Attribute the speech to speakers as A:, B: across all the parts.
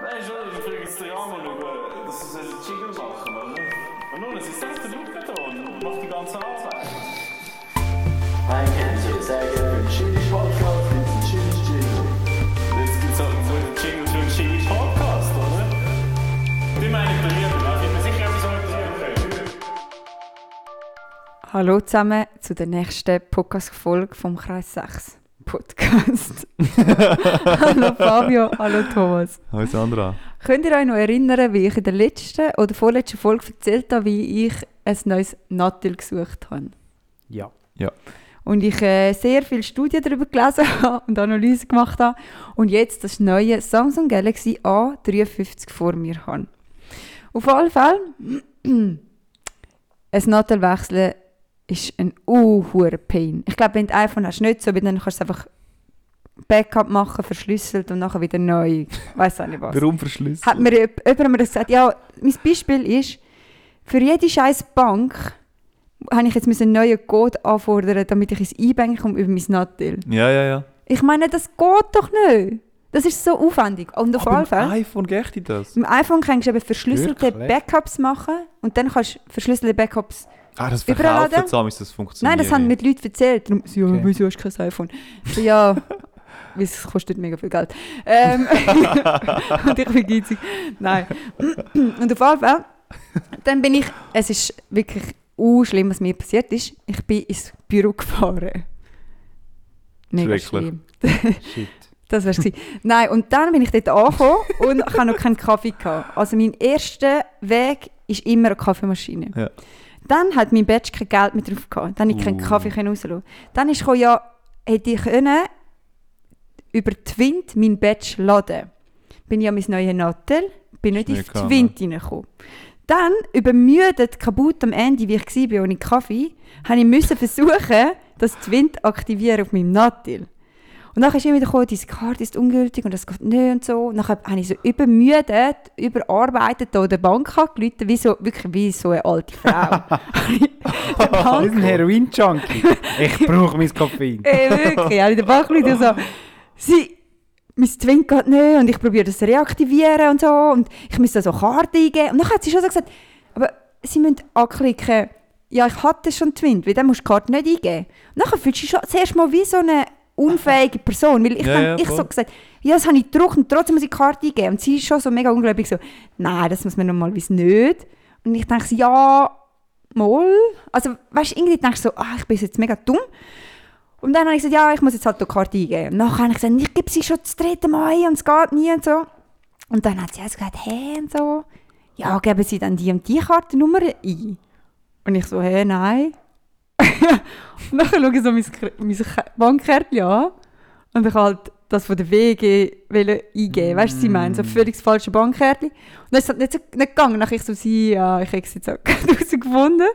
A: Nein, schon, ich bringe jetzt den Rahmen über. Das ist ein Jingle machen, oder? Und nun, es ist selbst der Luke da und macht die ganze Arbeit.
B: Ein Kenntnis, sehr gerne. Schönes Podcast, ein schönes Jingle.
A: Jetzt gibt es halt so einen Jingle für einen Jingle Podcast, oder? Die meine ich bei mir, da bin mir sicher, etwas anderes okay.
C: Hallo zusammen zu der nächsten Podcast-Folge vom Kreis 6 Podcast. hallo Fabio, hallo Thomas.
D: Hallo Sandra.
C: Könnt ihr euch noch erinnern, wie ich in der letzten oder vorletzten Folge erzählt habe, wie ich ein neues Nattel gesucht habe?
E: Ja.
C: Und ich äh, sehr viele Studien darüber gelesen habe und Analysen gemacht habe. Und jetzt das neue Samsung Galaxy A53 vor mir habe. Auf alle Fälle, ein Nattel wechseln ist ein unhuere Pain. Ich glaube, wenn du iPhone hast, nicht so, aber dann kannst du es einfach Backup machen, verschlüsselt und nachher wieder neu. Weiß auch nicht was.
D: Warum verschlüsselt?
C: Hat mir jemand jemand mir gesagt, ja, mein Beispiel ist, für jede scheiß Bank habe ich jetzt müssen einen neuen Code anfordern, damit ich ins E-Bank komme über mein Nattel.
D: ja, ja, ja.
C: Ich meine, das geht doch nicht. Das ist so aufwendig. Und auf
D: Aber
C: alle
D: im
C: Fälle,
D: iPhone geht das?
C: im iPhone kannst du eben verschlüsselte
E: Wirklich?
C: Backups machen und dann kannst du verschlüsselte Backups...
D: Ah, das
C: Überladen?
D: verkaufen zusammen, ist das
C: Nein,
D: funktioniert.
C: das haben mir die Leute erzählt. Darum, ja,
E: Okay.
C: wieso hast du kein iPhone? So, ja, weil es kostet mega viel Geld. Ähm, und ich bin geizig. Nein. Und auf jeden Fall, dann bin ich, es ist wirklich uh, schlimm, was mir passiert ist. Ich bin ins Büro gefahren. Mega
D: Schrecklich.
C: schlimm.
E: Shit.
C: Das wär's gewesen. Nein, und dann bin ich dort angekommen und ich habe noch keinen Kaffee gehabt. Also mein erster Weg ist immer eine Kaffeemaschine.
D: Ja.
C: Dann hat mein Badge kein Geld mehr drauf gehabt. Dann konnte ich keinen
D: Uh.
C: Kaffee können rauslassen. Dann ist gekommen, ja, hätte ich können, über Twint mein Badge laden. Bin ich an mein neues Nattel, bin nicht
D: Ist
C: ins
D: nicht gegangen.
C: Twint reingekommen. Dann, übermüdet, kaputt am Ende, wie ich war, ohne Kaffee, habe ich müssen versuchen, das Twint aktivieren auf meinem Nattel. Und dann ist immer wieder gekommen, diese Karte ist ungültig und das geht nicht und so. Und dann habe ich so übermüdet, überarbeitet an der Bank angerufen, wie so, wirklich wie so eine alte Frau. der
E: Das ist ein
C: Bank,
E: Heroin-Junkie. Ich brauche mein Koffein.
C: ey, Äh, wirklich, habe ich der Bank angerufen und so, sie, mein Twin geht nicht und ich probiere das zu reaktivieren und so und ich muss da so Karte eingeben. Und dann hat sie schon so gesagt, aber sie müssen anklicken, ja, ich hatte schon Twin, weil dann musst du die Karte nicht eingeben. Und dann fühlst du dich schon zuerst mal wie so eine unfähige Person, weil ich,
D: Ja,
C: dann,
D: ja,
C: ich so
D: voll.
C: gesagt, ja, das habe ich gedruckt und trotzdem muss ich die Karte eingeben. Und sie ist schon so mega ungläubig so, nein, das muss man nochmal wissen, nicht. Und ich denke, so, ja, mal. Also, weißt du, irgendwie denkst du so, ah, ich bin jetzt mega dumm. Und dann habe ich gesagt, ja, ich muss jetzt halt die Karte eingeben. Und nachher habe ich gesagt, ich gebe sie schon das dritte Mal ein und es geht nie und so. Und dann hat sie also gesagt, hä, und so, ja, geben sie dann die und die Kartennummer ein. Und ich so, hä, nein. und dann schaue ich so mein, Kr- mein K- Bankkärtchen an und ich halt das von der WG wollte eingeben. Weißt du, was ich meine? So völlig das falsche Bankkärtchen. Und dann ist es halt nicht, so, nicht gegangen. Dann ich so, sie, ja, ich habe es jetzt auch gerade herausgefunden.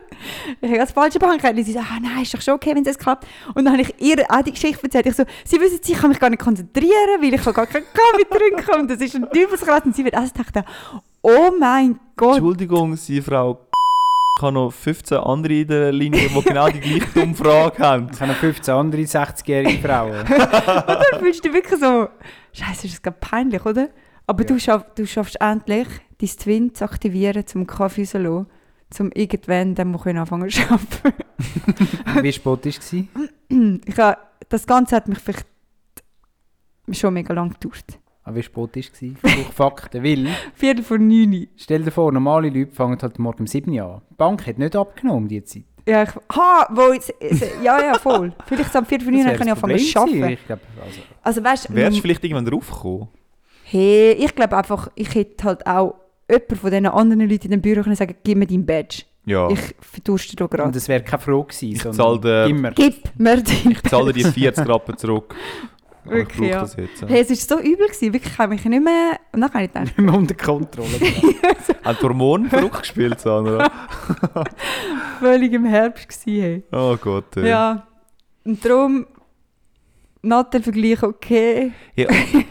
C: Ich habe das falsche Bankkärtchen. Sie so, ah nein, ist doch schon okay, wenn es klappt. Und dann habe ich ihr auch die Geschichte erzählt. Ich so, sie wissen, ich kann mich gar nicht konzentrieren, weil ich kann gar keinen Kaffee trinken Und das ist ein Teufelskreis. Und sie wird erst dachte, oh mein Gott.
D: Entschuldigung, Sie, Frau ich habe noch 15 andere in der Linie, die genau die gleiche dumme Frage haben.
E: Ich habe noch 15 andere 60-jährige Frauen.
C: Dann fühlst du dich wirklich so, scheiße, ist das gerade peinlich, oder? Aber du, schaff, du schaffst endlich, dein Twin zu aktivieren, zum Kaffee rauszulassen, um irgendwann dann mal können anfangen zu arbeiten.
E: Wie spät war es?
C: Ich ha, das Ganze hat mich vielleicht schon mega lang gedauert.
E: Ah, wie spät war es? Durch Fakten. Weil,
C: Viertel vor neun.
E: stell dir vor, normale Leute fangen halt morgen um 7 Uhr an. Die Bank hat nicht abgenommen um diese Zeit.
C: Ja, ich, ha, wo jetzt, ja, ja, voll. Vielleicht so am Viertel vor neun
E: wäre
C: kann ich
E: das
C: anfangen zu
E: Problem gewesen.
C: arbeiten.
E: Ich glaube, also,
C: Also weißt
D: Wärst du vielleicht irgendwann draufgekommen?
C: Hey, ich glaube einfach, ich hätte halt auch jemand von diesen anderen Leuten in dem Büro können sagen, gib mir dein Badge.
D: Ja. Ich
C: Ich verdurste da gerade.
E: Oh. und es wäre keine Frage gewesen,
D: zahl
E: sondern
D: den-
E: immer.
C: Gib mir dein Badge.
D: zahle dir 40 Rappen zurück. Aber ich
C: Wirklich,
D: brauche
C: ja.
D: das jetzt.
C: Hey, es war so übel, gewesen. wirklich, ich habe mich nicht mehr... Und dann habe ich gedacht,
E: Immer unter Kontrolle.
D: Hat die Hormone verrückt gespielt, Sandra?
C: völlig im Herbst gewesen, hey.
D: Oh Gott.
C: Ja.
D: ey.
C: Und darum, Nattel-Vergleich okay.
D: Ja,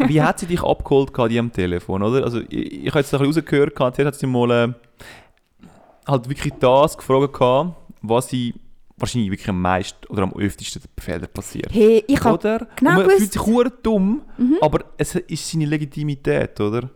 D: wie hat sie dich abgeholt gehabt, die am Telefon, oder? Also ich, ich habe jetzt noch ein bisschen rausgehört, gehabt, sie hat sie mal äh, halt wirklich das gefragt, gehabt, was sie wahrscheinlich wirklich am meisten oder am öftesten den Fehler passiert.
C: Hey, ich habe...
D: oder?
C: genau Mhm.
D: Und man
C: gewusst-
D: fühlt sich hure dumm, aber es ist seine Legitimität, oder?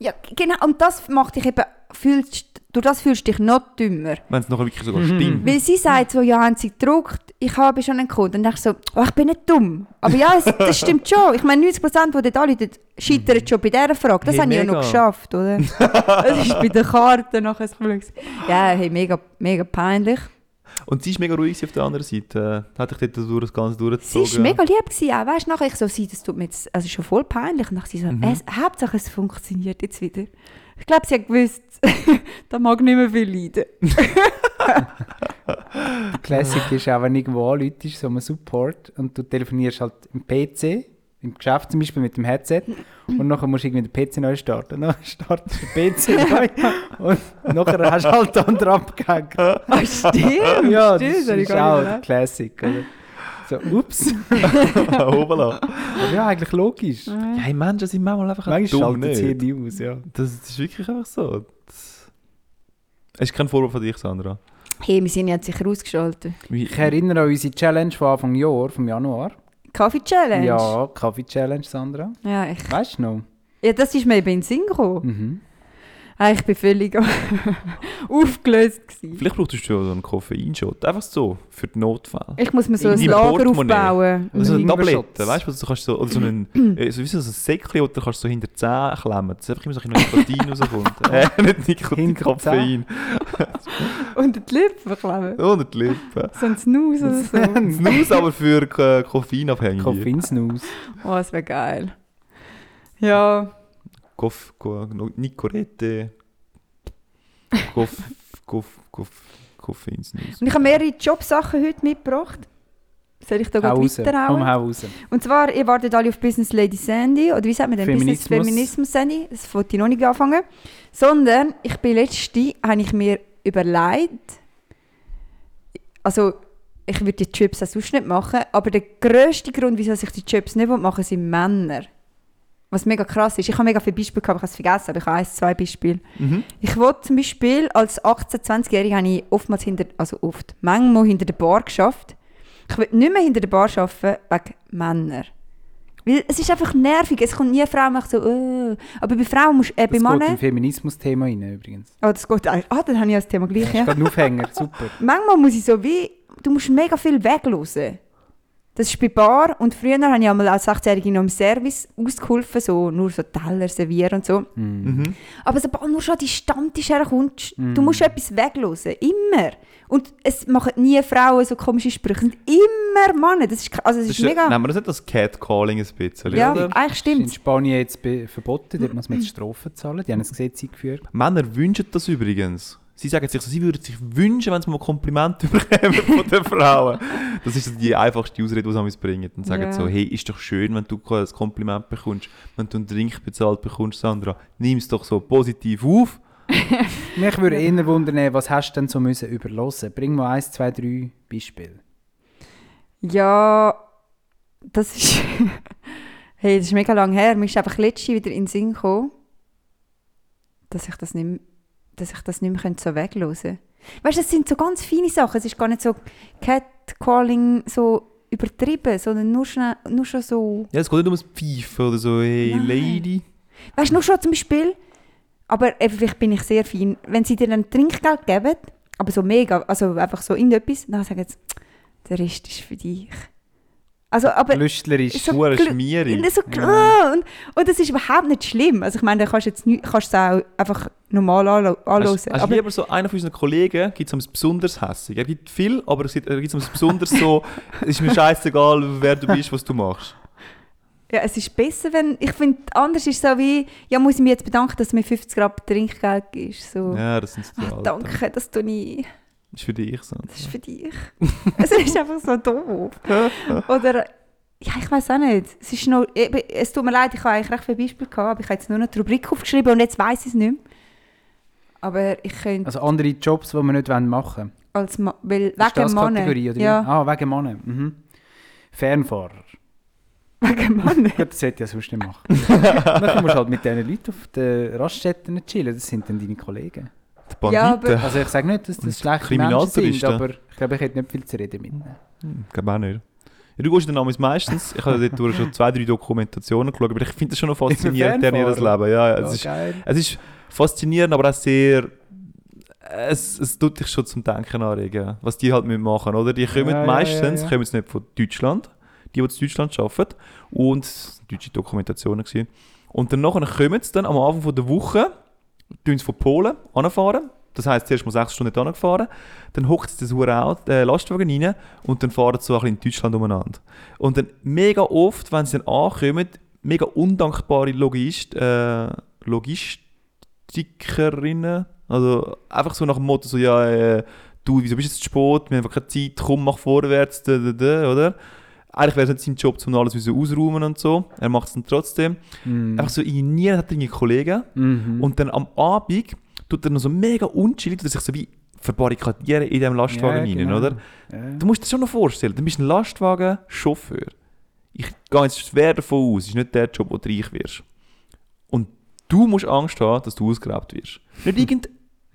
C: Ja, genau. Und das macht dich eben, fühlst, durch das fühlst du dich noch dümmer.
D: Wenn es nachher wirklich sogar
E: Mhm.
D: stinkt.
C: Weil sie sagt so, ja, haben sie gedruckt, ich habe schon einen Code. Und dann dachte ich so, oh, ich bin nicht dumm. Aber ja, es, das stimmt schon. Ich meine, 90% die dort anrufen, scheitern schon bei dieser Frage. Das
D: Hey,
C: habe ich ja
D: mega.
C: noch geschafft, oder? das ist bei der Karte nachher das Glücks. Ja, hey, mega, mega peinlich.
D: Und sie ist mega ruhig gewesen auf der anderen Seite. Äh, Hat dich dort durch das Ganze
C: Sie
D: durchgezogen.
C: war mega lieb, gewesen, auch. weißt du, nachher ich so, sie, das tut mir jetzt, also schon voll peinlich. Und dann sie so,
E: Mhm.
C: es, Hauptsache es funktioniert jetzt wieder. Ich glaube, sie hat gewusst, da mag nicht mehr viel leiden.
E: Classic ist auch, wenn irgendwo anläutest, so ein Support und du telefonierst halt im PC, im Geschäft zum Beispiel mit dem Headset und nachher musst du irgendwie den PC neu starten. Dann startest du den PC neu und nachher hast du halt den anderen abgehängt.
C: Ah, stimmt,
E: ja, das
C: stimmt.
E: ist,
C: hab ich gar
E: auch
C: nicht
E: der
C: gedacht.
E: Classic. Oder? So, ups.
D: Hoppala.
E: Aber ja, eigentlich logisch.
D: Ja, Ah, hey, Menschen sind manchmal einfach
E: Manchmal
D: dumm.
E: schaltet es
D: Nicht.
E: hier aus, ja.
D: Das, das ist wirklich einfach so. Das es ist kein Vorwurf von dich, Sandra.
C: Hey, wir sind ja sicher ausgeschaltet.
D: Wie-
E: Ich erinnere an unsere Challenge von Anfang Jahr, vom Januar.
C: Kaffee-Challenge?
E: Ja, Kaffee-Challenge, Sandra.
C: Ja, ich,
E: Weißt du noch?
C: ja, das ist mir eben in den Sinn gekommen.
E: Mhm.
C: Ah, ich war völlig aufgelöst. Gewesen.
D: Vielleicht brauchst du schon so einen Koffeinshot. Einfach so, für den Notfall.
C: Ich muss mir so
D: In
C: ein
D: deinem
C: Lager
D: Portemonnaie.
C: aufbauen.
D: Also eine
E: Ingwer
D: Tablette,
E: Shots.
D: weißt du, was du kannst so, oder so einen, äh, so, wie so ein Säckchen, oder kannst du so hinter die Zähne klemmen, dass einfach immer so ein bisschen Nikotin rauskommt. Äh, nicht Nikotin,
E: Hinter die
D: Koffein.
C: Und die Lippen kleben.
D: Ohne die Lippen.
C: So ein Snus oder so.
D: Snus aber für äh, Koffeinabhängige.
E: Koffeinsnus.
C: Oh, das wäre geil. Ja,
D: Koff, Ko- No- Nicorette. Koff, Koff, Koff, Koffeinsnus.
C: und ich habe mehrere Jobsachen heute mitgebracht. Soll ich da
E: Hau
C: gut
E: raus. Komm,
C: weiterhauen?
E: hau raus.
C: Und zwar, ihr wartet alle auf Business Lady Sandy, oder wie sagt man denn? Business
E: Feminismus.
C: Feminismus Sandy. Das wollte ich noch nicht anfangen. Sondern, ich bin letzte, habe ich mir überlegt, also ich würde die Chips auch sonst nicht machen, aber der grösste Grund, wieso ich die Chips nicht machen will, sind Männer. Was mega krass ist. Ich habe mega viele Beispiele gehabt, aber ich habe es vergessen, aber ich habe ein, zwei Beispiele.
E: Mhm.
C: Ich wollte zum Beispiel als 18-, 20-Jährige habe ich oftmals hinter, also oft, manchmal hinter der Bar geschafft. Ich will nicht mehr hinter der Bar arbeiten wegen Männern. Weil es ist einfach nervig. Es kommt nie eine Frau und macht so, äh. aber bei Frauen musst du, äh, bei
E: Das geht im
C: Männern...
E: Feminismus-Thema rein übrigens.
C: Oh, das geht eigentlich. Ah, dann habe ich das Thema gleich, ja.
E: Gerade ein Aufhänger, super.
C: Manchmal muss ich so wie, du musst mega viel weglassen. Das ist bei Bar und früher habe ich einmal als 16-Jährige noch im Service ausgeholfen, so nur so Teller servieren und so.
D: Mhm.
C: Aber sobald nur schon die Stammtisch herkommt, du musst etwas weglassen, immer. Und es machen nie Frauen so komische Sprüche, es sind immer Männer. Das ist, k- also das
D: Das
C: ist,
D: ist,
C: mega...
D: nehmen wir das nicht als Catcalling ein bisschen,
C: ja,
D: oder?
C: eigentlich
E: Das ist in
C: ah, stimmt
E: Spanien jetzt be- verboten, dort muss man jetzt Strafen zahlen. Die haben ein Gesetz eingeführt.
D: Männer wünschen das übrigens. Sie sagen sich so, sie würden sich wünschen, wenn sie mal Komplimente bekommen von den Frauen. Das ist so die einfachste Ausrede, die sie uns bringen. Dann sagen
C: Ja.
D: sie so, hey, ist doch schön, wenn du ein Kompliment bekommst, wenn du einen Drink bezahlt bekommst, Sandra. Nimm es doch so positiv auf.
E: Mich würde eher wundern, was hast du denn so müssen überlassen? Bring mal eins, zwei, drei Beispiele.
C: Ja, das ist. hey, das ist mega lang her. Mir ist einfach letzte wieder in den Sinn gekommen, dass ich das nicht, m- dass ich das nicht mehr könnte so weglosen Weißt du, das sind so ganz feine Sachen. Es ist gar nicht so Catcalling so übertrieben, sondern nur schon, nur schon so.
D: Ja, es geht nicht um das Pfeifen oder so, hey,
C: Nein.
D: Lady.
C: Weißt du, nur schon zum Beispiel. Aber eben, vielleicht bin ich sehr fein. Wenn sie dir ein Trinkgeld geben, aber so mega, also einfach so irgendetwas, dann sagen sie, der Rest ist für dich. Also, aber
E: Lüstlerisch.
C: So
D: Hure
C: gl-
D: Schmierig.
C: Und, so, ah, und, und das ist überhaupt nicht schlimm. Also ich meine, da kannst du jetzt nie- kannst du es auch einfach normal anlo- anhören.
D: Hast, hast
C: aber
D: lieber so einer von unseren Kollegen, gibt es etwas besonders hässig. Er gibt viel, aber es gibt etwas besonders so, es ist mir scheißegal, wer du bist, was du machst.
C: ja, es ist besser, wenn... Ich finde, anders ist so wie, ja, muss ich mich jetzt bedanken, dass mir 50 Grad Trinkgeld ist. So,
D: Ja, das sind so die
C: ah,
D: Alten.
C: danke, das tue ich.
D: Das ist für dich, Sandra.
C: Das ist für dich. es ist einfach so doof. Oder... Ja, ich weiß auch nicht. Es, ist noch, eben, es tut mir leid, ich habe eigentlich recht viele Beispiele gehabt, aber ich habe jetzt nur noch die Rubrik aufgeschrieben und jetzt weiß ich es nicht mehr. Aber ich könnte
E: Also andere Jobs, die wir nicht machen wollen.
C: als Ma weil
E: Also, Ist das
C: wegen Mann.
E: Kategorie, oder
C: ja.
E: wie? Ah, wegen Mann. Mhm. Fernfahrer.
C: Wegen Mann.
E: Gut, das hätte ich ja sonst nicht machen. Dann musst du halt mit diesen Leuten auf den Raststätten chillen. Das sind dann deine Kollegen.
D: Die
C: Ja,
D: Banditen?
E: Also ich sage nicht, dass das schlechte Menschen
D: Kriminaltouristen.
E: sind, aber ich glaube, ich hätte nicht viel zu reden mit ihnen.
D: Ich Hm, glaube auch nicht. Du gehst dann damals meistens, ich habe dort schon zwei, drei Dokumentationen geschaut, aber ich finde das schon noch faszinierend, deren ihr das
E: Fernfahrer.
D: Leben. Ja, ja, es,
E: Oh,
D: ist,
E: geil.
D: es ist faszinierend, aber auch sehr. Es, es tut dich schon zum Denken anregen, was die halt mitmachen, oder? Die kommen
E: Ja, ja, ja,
D: meistens
E: ja.
D: Kommen jetzt nicht von Deutschland, die, die zu Deutschland arbeiten, und das waren deutsche Dokumentationen. Gewesen. Und dann nachher kommen sie dann am Anfang von der Woche, tun sie von Polen anfahren. Das heisst, zuerst mal sechs Stunden angefahren, dann hockt sie das Auto, äh, Lastwagen rein und dann fahren sie so ein bisschen in Deutschland umeinander. Und dann mega oft, wenn sie dann ankommen, mega undankbare Logist, äh, Logistikerinnen, also einfach so nach dem Motto, so ja, äh, du, wieso bist du jetzt zu spät, wir haben einfach keine Zeit, komm, mach vorwärts, da, da, da, oder? Eigentlich wäre es nicht sein Job, um alles müssen ausräumen und so, er macht es dann trotzdem.
E: Mhm.
D: Einfach so, in nie hat er irgendwie Kollegen.
E: Mhm.
D: Und dann am Abend tut er noch so mega unchillig, tut er sich so wie verbarrikadieren in diesem Lastwagen
E: Ja,
D: rein,
E: genau.
D: oder?
E: Ja.
D: Du musst dir das schon noch vorstellen, du bist ein Lastwagen-Chauffeur. Ich gehe jetzt schwer davon aus, es ist nicht der Job, wo du reich wirst. Und du musst Angst haben, dass du ausgeraubt wirst. Nicht irgend,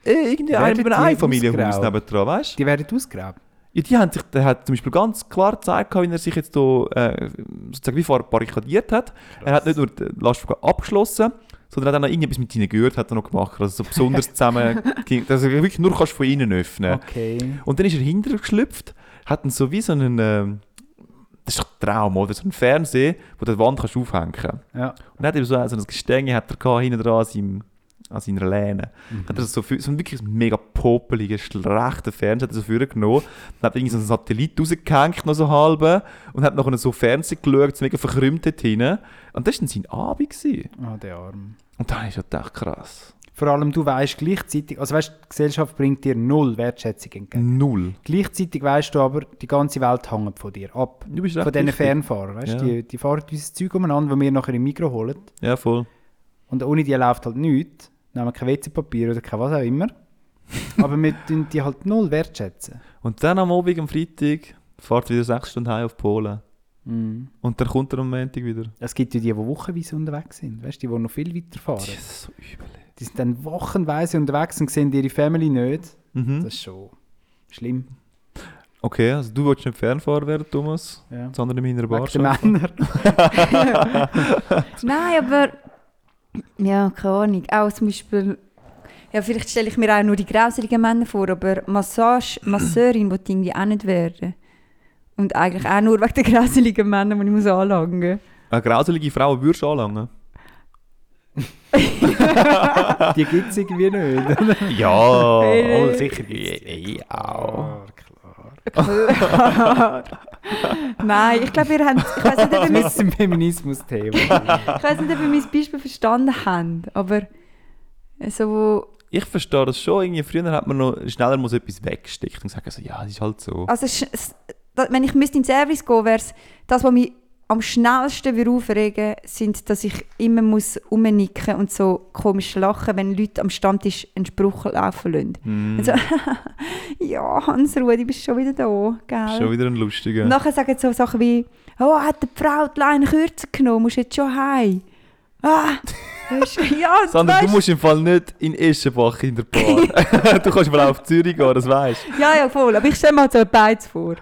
D: äh, irgendeiner
E: Werden
D: mit einem
E: die
D: Einfamilienhaus
E: ausgeraubt?
D: nebendran, weißt du?
E: Die werden ausgraben.
D: Ja, die haben sich, der hat zum Beispiel ganz klar gezeigt, wie er sich jetzt hier äh, sozusagen wie verbarrikadiert hat. Er hat nicht nur den Lastwagen abgeschlossen, sondern hat auch noch irgendetwas mit ihnen gehört, hat er noch gemacht. Also so besonders zusammen, dass du wirklich nur kannst von innen öffnen
E: Okay.
D: und dann ist er hintergeschlüpft, hat dann so wie so einen, ähm, das ist doch ein Traum, oder? So einen Fernseher, wo du an die Wand kannst aufhängen kannst.
E: Ja.
D: Und dann hat er so so ein Gestänge hat er gehabt, hinten dran an, seinem, an seiner Lehne.
E: Mhm.
D: Hat er so, für, so einen wirklich mega popeligen, schlechten Fernseher hat er so vorher genommen. Dann hat er irgendwie so einen Satellit rausgehängt, noch so halben. Und hat nachher so Fernsehen geschaut, so mega verkrümmt dort hinten. Und das war dann sein Abend. Gewesen.
E: Ah, der Arm.
D: Und da habe ich schon gedacht, krass.
E: Vor allem, du weißt gleichzeitig, also weißt, die Gesellschaft bringt dir null Wertschätzung entgegen.
D: Null.
E: Gleichzeitig weißt du aber, die ganze Welt hängt von dir ab.
D: Du bist
E: Von
D: recht
E: diesen
D: richtig.
E: Fernfahrern, weißt
D: Ja.
E: du? Die, die fahren dieses Zeug umeinander, das wir nachher im Mikro holen.
D: Ja, voll.
E: Und ohne die läuft halt nichts. Nehmen kein WC-Papier oder kein was auch immer. Aber wir tun die halt null wertschätzen.
D: Und dann am Abend, am Freitag, fährt wieder sechs Stunden heim auf Polen. Und dann kommt er am Montag wieder.
E: Es gibt ja die, die wochenweise unterwegs sind, weißt du, die, die noch viel weiter fahren.
D: ist so übel.
E: Die sind dann wochenweise unterwegs und sehen ihre Family nicht.
D: Mhm.
E: Das ist schon schlimm.
D: Okay, also du willst nicht Fernfahrer werden, Thomas.
E: Ja.
D: Das andere im hinteren Bar.
E: Wegen den Männern.
C: Nein, aber. Ja, keine Ahnung. Auch zum Beispiel. Ja, vielleicht stelle ich mir auch nur die grauseligen Männer vor, aber Massage, Masseurin wollte ich irgendwie auch nicht werden. Und eigentlich auch nur wegen den grauseligen Männern, die ich muss anlangen
D: Eine grauselige Frau würdest du anlangen?
E: Die gibt es irgendwie nicht. oder?
D: Ja, aber
E: Oh, sicher gibt's
D: Ja, ja.
C: muss. Nein, ich glaube, ihr habt. Ich weiß nicht, ob ihr
E: Das
C: mein,
E: ist ein Feminismus-Thema.
C: ich weiss nicht, ob ihr mein Beispiel verstanden habt, aber. So,
D: Ich verstehe das schon. Irgendwie früher hat man noch schneller muss etwas wegsteckt und sagen so, ja, das ist halt so.
C: also, sch- s- da- wenn ich müsste in den Service gehen wäre es das, was mich am schnellsten würde aufregen sind, dass ich immer muss rumnicken und so komisch lachen, wenn Leute am Stammtisch einen Spruch laufen lassen.
D: Mhm.
C: Also, ja, Hans-Rudi, du bist schon wieder da, gell?
D: Schon wieder ein lustiger.
C: Und nachher sagen sie so Sachen wie, «Oh, hat die Frau die Leine kürzer genommen? Musst jetzt schon heim?» «Ah!» weisst du, «Ja, das
D: Sandra, du
C: weisst-
D: musst im Fall nicht in Eschenbach in der Bar. du kannst mal auf Zürich gehen, das weißt
C: Ja, ja, voll. Aber ich stelle mir halt so beides vor.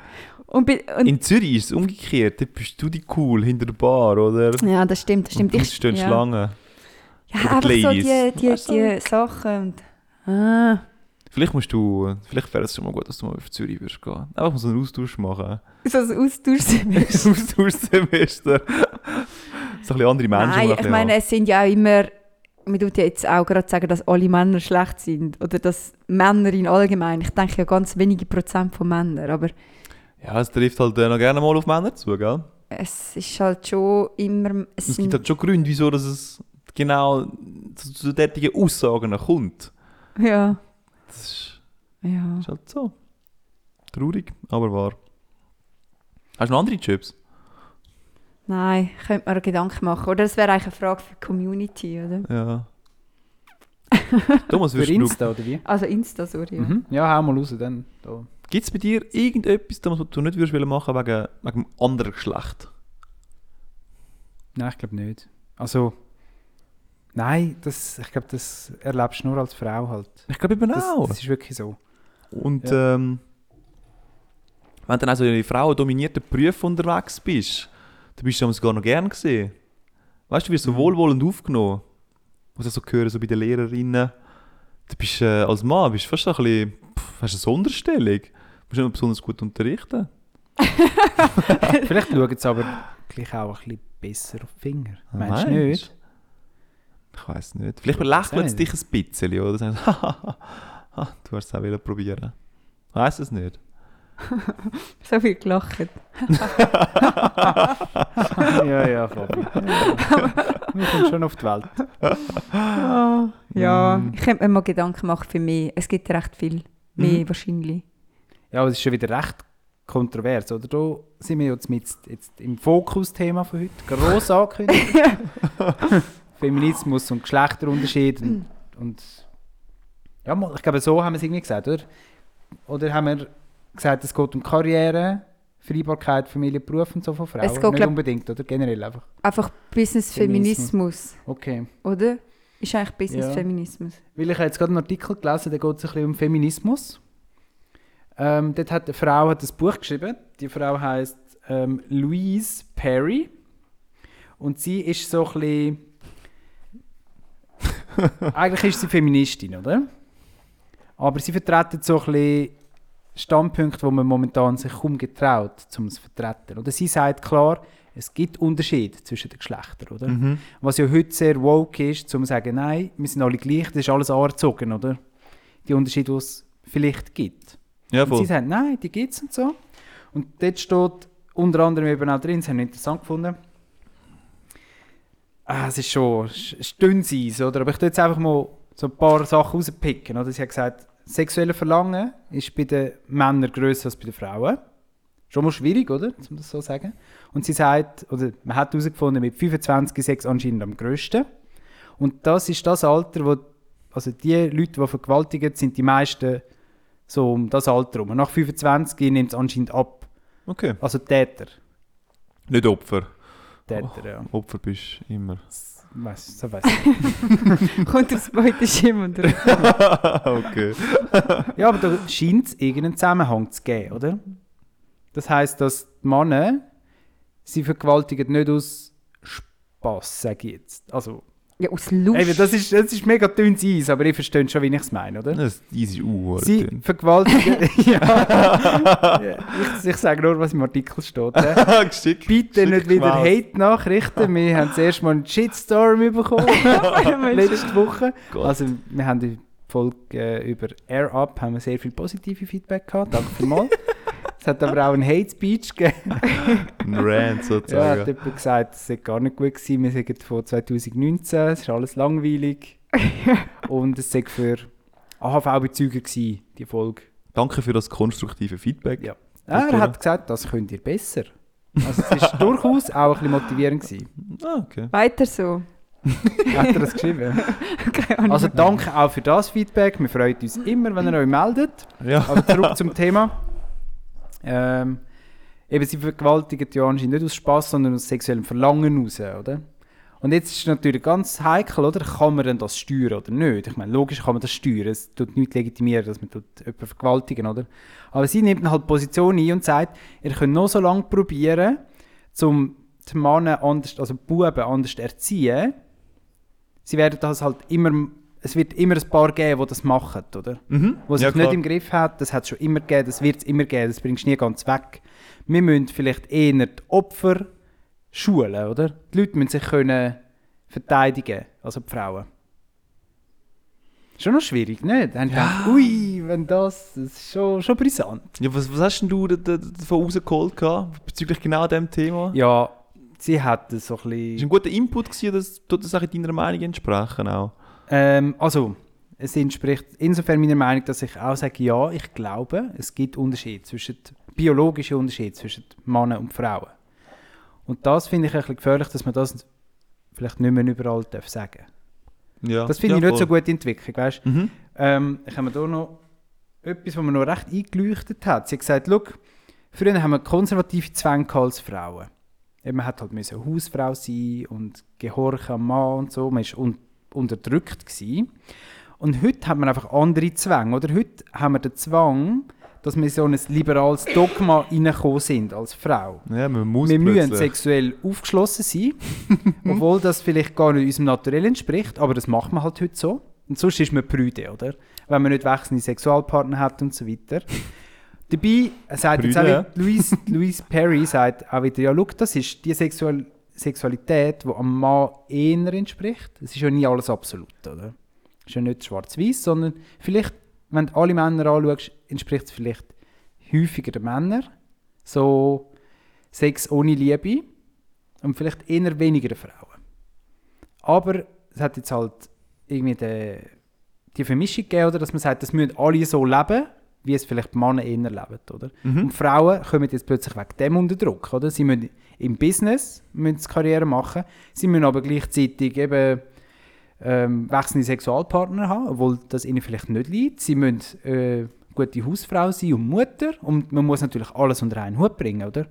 C: Und, bin- und,
D: In Zürich ist es umgekehrt. Dort bist du die cool hinter der Bar, oder?
C: ja, das stimmt, das stimmt.
D: Und draussen stehen
C: ja.
D: Schlangen.
C: Ja,
D: Oder
C: einfach
D: die
C: so die,
D: Ladies.
C: die,
D: Weißt du?
C: die Sachen und... Ah.
D: Vielleicht musst du, vielleicht wäre es schon mal gut, dass du mal auf Zürich würdest gehen. Einfach mal so einen Austausch machen.
C: So ein Austauschsemester.
D: Ein Austauschsemester. so ein bisschen andere Menschen. die
C: Nein,
D: man ein
C: ich
D: bisschen
C: meine,
D: hat.
C: es sind ja auch immer... Man tut ja jetzt auch gerade sagen, dass alle Männer schlecht sind. Oder dass Männer in allgemein... Ich denke ja ganz wenige Prozent von Männern, aber...
D: Ja, es trifft halt äh, noch gerne mal auf Männer zu, gell?
C: Es ist halt schon immer. Es
D: Und es gibt
C: sind,
D: halt schon Gründe, wieso dass es genau zu, zu derartigen Aussagen kommt.
C: ja,
D: Das ist,
C: ja.
D: ist halt so. Traurig, aber wahr. Hast du noch andere Chips?
C: Nein, könnte man Gedanken machen. Oder es wäre eigentlich eine Frage für die Community, oder?
D: Ja. Thomas,
E: Für
D: würdest du
E: Insta oder wie?
C: Also Insta, sorry. ja.
E: Mhm. Ja, hau mal raus dann. Da.
D: Gibt es bei dir irgendetwas, Thomas, was du nicht würdest wollen machen wegen, wegen dem anderen Geschlecht?
E: Nein, ich glaube nicht. Also, nein, das, ich glaube, das erlebst du nur als Frau halt.
D: Ich glaube eben
E: Das,
D: auch.
E: das ist wirklich so.
D: Und ähm, Wenn du dann also in einer frauendominierten Prüfung unterwegs bist, dann bist du damals gar noch gern gesehen. Weißt du, du wirst
E: Mhm.
D: so wohlwollend aufgenommen. Muss ich so hören, so bei den Lehrerinnen. Du bist äh, als Mann bist du fast ein bisschen, pff, hast eine Sonderstellung. Du musst nicht besonders gut unterrichten.
E: Vielleicht schauen sie aber gleich auch ein bisschen besser auf die Finger. Meinst du
D: Meinst?
E: nicht?
D: Ich weiß nicht. Vielleicht lächeln sie
E: nicht.
D: dich ein bisschen, oder? Sagen, sie, «Hahaha, du hast es auch wollen probieren. Ich weiß es nicht.
C: So viel gelacht.
E: ja, ja, Fabi. Wir kommen schon auf die Welt.
C: Ah, Ja, ich könnte mir mal Gedanken machen für mich. Es gibt recht viel. Mehr wahrscheinlich.
E: Ja, aber es ist schon wieder recht kontrovers, oder? Da sind wir jetzt, mit, jetzt im Fokusthema von heute. Gross angekündigt. Feminismus und Geschlechterunterschied und, und ja, mal, ich glaube, so haben wir es irgendwie gesagt, oder? Oder haben wir gesagt, es geht um Karriere, Vereinbarkeit, Familie, Beruf und so von Frauen?
C: Es geht,
E: Nicht
C: glaub-
E: unbedingt, oder? Generell einfach.
C: Einfach Business-Feminismus,
E: Okay.
C: oder? Ist eigentlich Business-Feminismus.
E: Weil ich habe jetzt gerade einen Artikel gelesen, da geht es ein bisschen um Feminismus. Ähm, dort hat eine Frau hat ein Buch geschrieben. Die Frau heißt ähm, Louise Perry. Und sie ist so ein bisschen. Eigentlich ist sie Feministin, oder? Aber sie vertritt so ein bisschen Standpunkte, wo man momentan sich kaum getraut, um es zu vertreten. Oder sie sagt klar, es gibt Unterschiede zwischen den Geschlechtern, oder? Was ja heute sehr woke ist, um zu sagen, nein, wir sind alle gleich, das ist alles angezogen, oder? Die Unterschiede, die es vielleicht gibt.
D: Ja,
E: Und sie
D: voll.
E: sagen, nein, die gibt es und so. Und dort steht unter anderem eben auch drin, das haben wir interessant gefunden. Ah, es ist schon es ist dünnes Eis, oder? Aber ich tue jetzt einfach mal so ein paar Sachen rauspicken. Oder? Sie hat gesagt, sexuelle Verlangen ist bei den Männern grösser als bei den Frauen. Schon mal schwierig, oder? Um das so zu sagen. Und sie sagt, oder man hat herausgefunden, mit 25 ist Sex anscheinend am grössten. Und das ist das Alter, wo, also die Leute, die vergewaltigt sind, die meisten so um das Alter rum. Nach 25 nimmt es anscheinend ab.
D: Okay.
E: Also Täter.
D: Nicht Opfer.
E: Täter, ja.
D: Opfer bist du immer.
E: Weiss, so weiss ich.
C: Kommt aus beiden Schimmer drauf.
E: Ah,
D: okay.
E: ja, aber da scheint es irgendeinen Zusammenhang zu geben, oder? Das heisst, dass die Männer, sie vergewaltigen nicht aus Spass, sage ich jetzt. Also,
C: Ja, aus Lust.
E: eben, das, ist, das ist mega dünnes Eis, aber ihr versteht schon, wie ich es meine, oder?
D: Das ist easy Uhr.
E: Sie vergewaltigen... ja. ich, ich sage nur, was im Artikel steht. hä?
D: Geschickt.
E: Bitte nicht
D: geschickt
E: wieder
D: gemacht.
E: Hate-Nachrichten. Wir haben zuerst mal einen Shitstorm bekommen. letzte Woche.
D: Gott.
E: Also, wir haben die Folge äh, über Air Up haben wir sehr viel positive Feedback gehabt. Danke vielmals. es hat aber auch einen Hate-Speech gegeben.
D: Ein Rant
E: Ja, hat
D: sozusagen.
E: jemand gesagt, es sei gar nicht gut gewesen. Wir sind von 2019, es ist alles langweilig. Und es sei für AHV-Bezüger gewesen, die Folge.
D: Danke für das konstruktive Feedback.
E: Ja. Er
D: Gut,
E: hat gesagt, das könnt ihr besser. Also, es war durchaus auch ein bisschen motivierend. Gewesen.
D: Ah, okay.
C: Weiter so.
E: Hat er das geschrieben?
C: Keine Ahnung.
E: Also danke auch für das Feedback. Wir freuen uns immer, wenn ihr euch meldet.
D: Ja.
E: Aber zurück zum Thema. Ähm, eben, sie vergewaltigen ja anscheinend nicht aus Spaß, sondern aus sexuellem Verlangen raus, oder? Und jetzt ist es natürlich ganz heikel, oder? Kann man denn das steuern oder nicht? Ich meine, logisch kann man das steuern. Es tut nichts legitimieren, dass man tut jemanden vergewaltigen, oder? Aber sie nimmt dann halt Position ein und sagt, ihr könnt noch so lange probieren, um die Männer anders, also die Buben anders zu erziehen. Sie werden das halt immer, es wird immer ein paar geben, die das machen, oder?
D: Mhm.
E: was
D: ja,
E: es nicht
D: klar.
E: im Griff hat, das hat es schon immer gegeben, das wird es immer geben, das bringst du nie ganz weg. Wir müssen vielleicht eher die Opfer schulen, oder? Die Leute müssen sich können verteidigen, also die Frauen. Schon noch schwierig, nicht? Dann ja. ui, wenn das, das ist schon, schon brisant.
D: Ja, was, was hast denn du da- da- davon rausgeholt gehabt, bezüglich genau diesem Thema?
E: Ja, sie hat das so ein
D: Ist ein
E: bisschen...
D: guter Input gewesen, das tut das auch deiner Meinung entsprechen auch.
E: Ähm, also, es entspricht insofern meiner Meinung, dass ich auch sage, ja, ich glaube, es gibt Unterschiede zwischen, biologische Unterschiede zwischen Männern und Frauen. Und das finde ich ein bisschen gefährlich, dass man das vielleicht nicht mehr überall darf sagen
D: Ja.
E: Das finde
D: ja,
E: ich nicht so
D: voll.
E: gute Entwicklung, weißt
D: Mhm.
E: ähm, ich habe mir hier noch etwas, was mir noch recht eingeleuchtet hat. Sie hat gesagt, «Schau, früher haben wir konservative Zwänge gehabt als Frauen. Eben, Man hat halt müssen Hausfrau sein und gehorchen am Mann und so. Man war un unterdrückt. Gewesen. Und heute hat man einfach andere Zwänge. Oder heute haben wir den Zwang, dass wir in so ein liberales Dogma reingekommen sind als Frau.
D: Ja, man muss
E: wir müssen
D: plötzlich.
E: sexuell aufgeschlossen sein, obwohl das vielleicht gar nicht unserem Naturell entspricht, aber das macht man halt heute so. Und sonst ist man prüde, oder? Wenn man nicht wechselnde Sexualpartner hat und so weiter. Dabei äh, sagt jetzt auch
D: Prüde,
E: wieder, Louise, Louise Perry sagt auch wieder, ja, schau, das ist die Sexual Sexualität, die am Mann eher entspricht. Es ist ja nie alles absolut, oder? Es ist ja nicht schwarz weiß sondern vielleicht, wenn du alle Männer anschaust, entspricht es vielleicht häufiger den Männern. So Sex ohne Liebe und vielleicht eher weniger den Frauen. Aber es hat jetzt halt irgendwie de, die Vermischung gegeben, oder? dass man sagt, das müssen alle so leben, wie es vielleicht die Männer eher leben. Oder? Und Frauen kommen jetzt plötzlich wegen dem unter Druck. Oder? Sie müssen im Business müssen sie Karriere machen, sie müssen aber gleichzeitig eben ähm, wechselnde Sexualpartner haben, obwohl das ihnen vielleicht nicht liegt. Sie müssen äh, gute Hausfrau sein und Mutter und man muss natürlich alles unter einen Hut bringen, oder?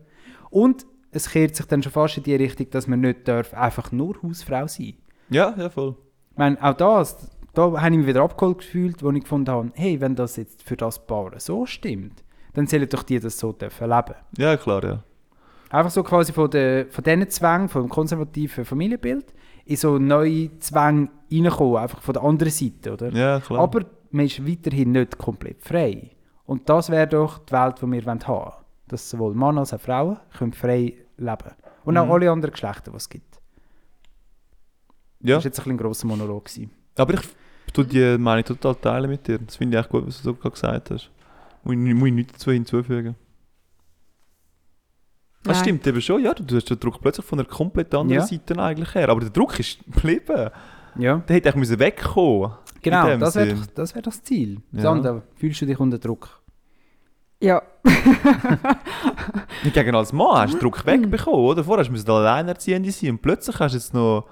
E: Und es kehrt sich dann schon fast in die Richtung, dass man nicht darf einfach nur Hausfrau sein.
D: Ja, ja, voll.
E: Ich meine, auch das, da habe ich mich wieder abgeholt gefühlt, wo ich gefunden habe, hey, wenn das jetzt für das Paar so stimmt, dann sollen doch die das so dürfen leben.
D: Ja, klar, ja.
E: Einfach so quasi von, der, von diesen Zwängen, vom konservativen Familienbild, in so neue Zwänge reinkommen, einfach von der anderen Seite, oder?
D: Ja, klar.
E: Aber man ist weiterhin nicht komplett frei. Und das wäre doch die Welt, die wir haben wollen. Dass sowohl Männer als auch Frauen können frei leben Und
D: Mhm.
E: auch alle anderen Geschlechter, die es gibt.
D: ja.
E: Das war jetzt ein, bisschen ein grosser Monolog. Gewesen.
D: Aber ich tue die Meinung total teilen mit dir. Das finde ich echt gut, was du so gerade gesagt hast. Muss ich, muss ich nichts dazu hinzufügen. Das
C: Nein.
D: stimmt eben schon, ja. Du du hast den Druck plötzlich von einer komplett anderen
E: Ja.
D: Seite eigentlich her. Aber der Druck ist geblieben.
E: Ja.
D: Der hätte eigentlich müssen wegkommen In
E: Genau,
D: dem
E: das wäre
D: Sinn.
E: doch, das wär doch das Ziel.
D: Ja.
E: Sandra, fühlst du dich unter Druck?
C: Ja.
D: Nicht gegen als Mann hast du den Druck
E: Mhm.
D: wegbekommen, oder? Vorher musst du alleinerziehende sein und plötzlich hast du jetzt noch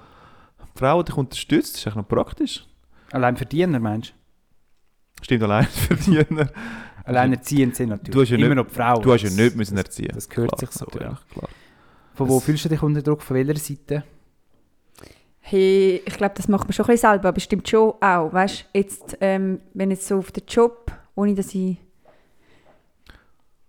D: eine Frau, die dich unterstützt. Das ist echt noch praktisch.
E: Allein Verdiener, meinst
D: Stimmt, Alleinverdiener.
E: du? Allein erziehend sind natürlich.
D: Also, Du hast ja
E: Immer
D: nicht-
E: noch die Frauen.
D: Du hast ja
E: Das-
D: nicht müssen erziehen.
E: Das gehört
D: Klar,
E: sich so. Ja.
D: natürlich, klar.
E: Von wo
D: Das-
E: fühlst du dich unter Druck? Von welcher Seite?
C: Hey, ich glaube, das macht man schon ein bisschen selber, aber stimmt schon auch. Weißt du, jetzt, ähm, wenn jetzt so auf den Job, ohne dass ich.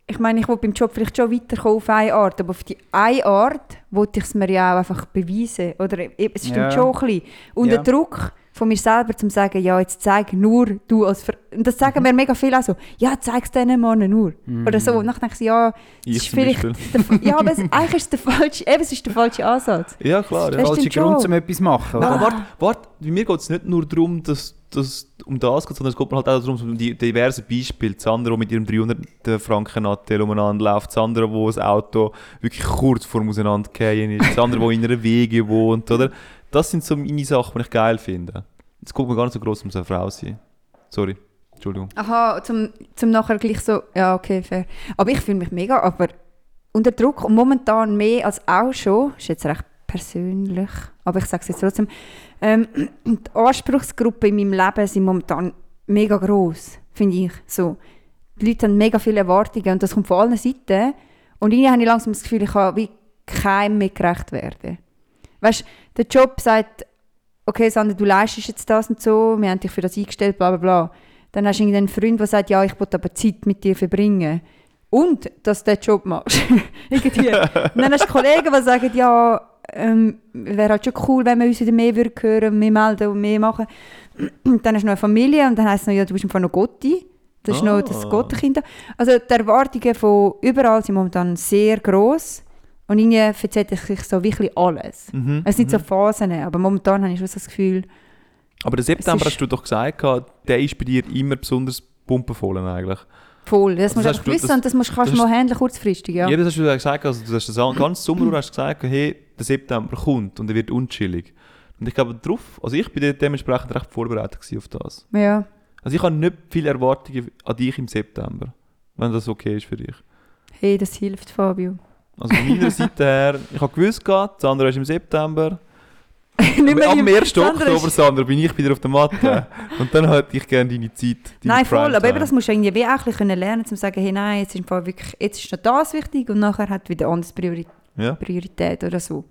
C: Ich meine, ich will beim Job vielleicht schon weiterkommen auf eine Art, aber auf die eine Art wollte ich es mir ja auch einfach beweisen. Oder e- es stimmt
E: Ja.
C: schon ein bisschen. Und
E: Ja.
C: der Druck von mir selber, zum sagen, ja, jetzt zeig nur du als. Ver Und das
D: Mhm.
C: sagen mir mega viel auch so, ja, zeig es diesen Mann nur. Oder so. Und dann denke ich, so, ja, das
D: Ich
C: ist
D: zum
C: vielleicht.
D: Beispiel.
C: Der, Fa- ja, aber es, eigentlich ist es der falsche, eben, es ist der falsche Ansatz.
D: Ja, klar.
C: Das
D: Ja.
E: Der
C: stimmt
E: falsche
C: schon.
E: Grund, um etwas zu machen, oder?
D: Nein,
C: Ah.
D: warte, warte, bei mir geht es nicht nur darum, dass, dass um das geht, sondern es geht mir halt auch darum, um die diversen Beispiele. Sandra, die mit ihrem 300 franken anteil umeinander läuft. Sandra, wo das Auto wirklich kurz vor dem Auseinandergehen ist. Sandra, die in einer Wege wohnt, oder? Das sind so meine Sachen, die ich geil finde. Jetzt guckt man gar nicht so gross, um so eine Frau zu sein. Sorry, Entschuldigung.
C: Aha, zum, zum nachher gleich so, ja, okay, fair. Aber ich fühle mich mega, aber unter Druck und momentan mehr als auch schon, ist jetzt recht persönlich, aber ich sage es jetzt trotzdem, ähm, die Anspruchsgruppen in meinem Leben sind momentan mega gross, finde ich, so. Die Leute haben mega viele Erwartungen und das kommt von allen Seiten und irgendwie habe ich langsam das Gefühl, ich kann wie keinem mehr gerecht werden. Weißt, der Job sagt, okay, Sandra, du leistest jetzt das und so, wir haben dich für das eingestellt, bla bla bla. Dann hast du irgendeinen Freund, der sagt, ja, ich will aber Zeit mit dir verbringen. Und, dass du den Job machst. Irgendwie. Und dann hast du Kollegen, die sagen, ja, ähm, wäre halt schon cool, wenn wir uns wieder mehr würden hören, mehr melden und mehr machen. Und dann hast du noch eine Familie und dann heisst es noch, ja, du bist einfach noch Gotti. Das ist
D: Ah.
C: noch das Gottenkind. Also die Erwartungen von überall sind momentan sehr gross. Und irgendwie verzieht sich so wirklich alles.
D: Mhm.
C: Es sind so Phasen, aber momentan habe ich schon so das Gefühl,
D: Aber den September
C: ist-
D: hast du doch gesagt, gehabt, der ist bei dir immer besonders pumpenvollen eigentlich.
C: voll. Das musst
D: Also
C: du
D: das
C: einfach
D: hast du-
C: wissen
D: das-
C: und das musst, kannst du
D: das
C: mal handeln, kurzfristig. Ja.
D: Ja, das hast du ja gesagt, also du hast das an- ganz Sommer über hast du gesagt, hey, der September kommt und er wird unchillig. Und ich glaube drauf, also ich bin dementsprechend recht vorbereitet gewesen auf das.
C: ja.
D: Also ich habe nicht viele Erwartungen an dich im September, wenn das okay ist für dich.
C: Hey, das hilft, Fabio.
D: Also von meiner Seite her, ich habe gewusst, gehabt, Sandra ist im September,
C: Nicht mehr
D: am
C: im-
D: 1.
C: das andere
D: Oktober,
C: ist-
D: Sandra, bin ich wieder auf der Matte. und dann hätte ich gerne deine Zeit, deine
C: Nein, voll, aber
D: Primetime.
C: eben, das musst du irgendwie wie auch ein bisschen können lernen, um zu sagen, hey, nein, jetzt ist, im Fall wirklich, jetzt ist noch das wichtig und nachher hat wieder anders Priori
D: Ja.
C: Priorität oder so.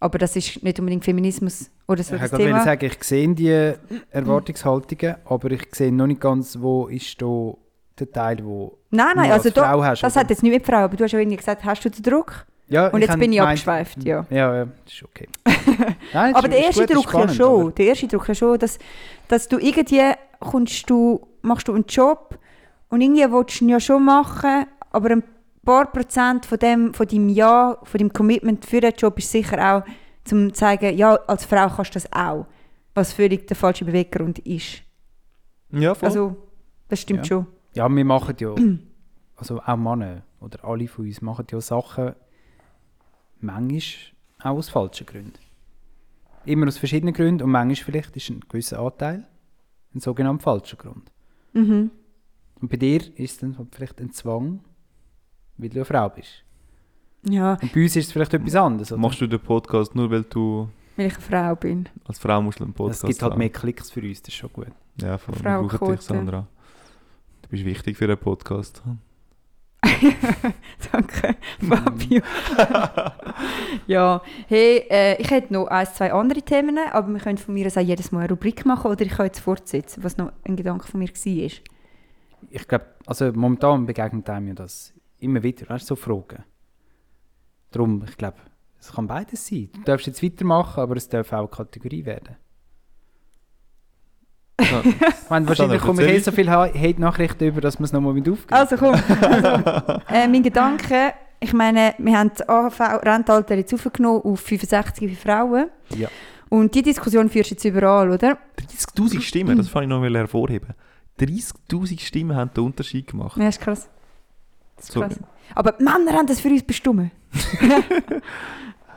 C: Aber das ist nicht unbedingt Feminismus oder so
E: Ich
C: das
E: wollte gerade
C: Thema.
E: sagen, ich sehe die Erwartungshaltungen, aber ich sehe noch nicht ganz, wo ist da den Teil, wo
C: Nein, nein,
E: Ja,
C: also
E: als
C: da,
E: Frau hast du,
C: das
E: oder?
C: hat jetzt nicht mit Frau, aber du hast ja irgendwie gesagt, hast du den Druck?
E: ja,
C: Und jetzt
E: hab
C: bin ich
E: gemeint-
C: abgeschweift, ja.
E: Ja, ja, das ist okay. Nein, das
C: Aber
E: ist-
C: der
E: ist
C: erste
E: gut, ist
C: Druck ja
E: spannend,
C: schon,
E: aber-
C: der erste Druck ja schon, dass, dass du irgendwie kommst du, machst du einen Job und irgendwie willst du ihn ja schon machen, aber ein paar Prozent von dem, von deinem Ja, von deinem Commitment für den Job ist sicher auch, zum zu zeigen, ja, als Frau kannst du das auch, was völlig der falsche Beweggrund ist.
D: Ja, voll.
C: Also, das stimmt
E: Ja.
C: schon.
E: Ja, wir machen ja, also auch Männer oder alle von uns machen ja Sachen manchmal auch aus falschen Gründen. Immer aus verschiedenen Gründen und manchmal vielleicht ist ein gewisser Anteil ein sogenannter falscher Grund.
C: Mhm.
E: Und bei dir ist es dann vielleicht ein Zwang, weil du eine Frau bist.
C: Ja,
E: Und bei uns ist es vielleicht etwas anderes. Oder?
D: Machst du den Podcast nur, weil du
C: weil ich eine Frau bin.
D: als Frau musst einen Podcast
E: es gibt halt
D: haben.
E: mehr Klicks für uns, das ist schon gut.
D: Ja, voll.
C: Frau
D: Wir brauchen
C: Quote.
D: dich, Sandra. Du bist wichtig für den Podcast.
C: Danke, Fabio. ja, hey, äh, ich hätte noch ein, zwei andere Themen, aber wir können von mir aus auch jedes Mal eine Rubrik machen oder ich kann jetzt fortsetzen, was noch ein Gedanke von mir war.
E: Ich glaube, also momentan begegnet einem ja das immer wieder, weißt du, so Fragen. Darum, ich glaube, es kann beides sein. Du darfst jetzt weitermachen, aber es darf auch eine Kategorie werden.
D: Ja.
E: Ich meine, wahrscheinlich
D: Sandra,
E: komme ich eh
D: erzähl.
E: so viele Ha- Hate-Nachrichten über, dass wir es nochmal mit
D: Ah,
E: aufgeben.
C: Also komm, also, äh, mein Gedanke, ich meine, wir haben das AHV-Rentalter jetzt aufgenommen auf 65 für Frauen.
E: Ja.
C: Und die Diskussion führst du jetzt überall, oder? Hm.
D: 30.000 Stimmen, das fand ich noch mal hervorheben. 30.000 Stimmen haben den Unterschied gemacht.
C: Ja, ist krass. Das ist
D: So.
C: krass. Aber die Männer haben das für uns bestimmt.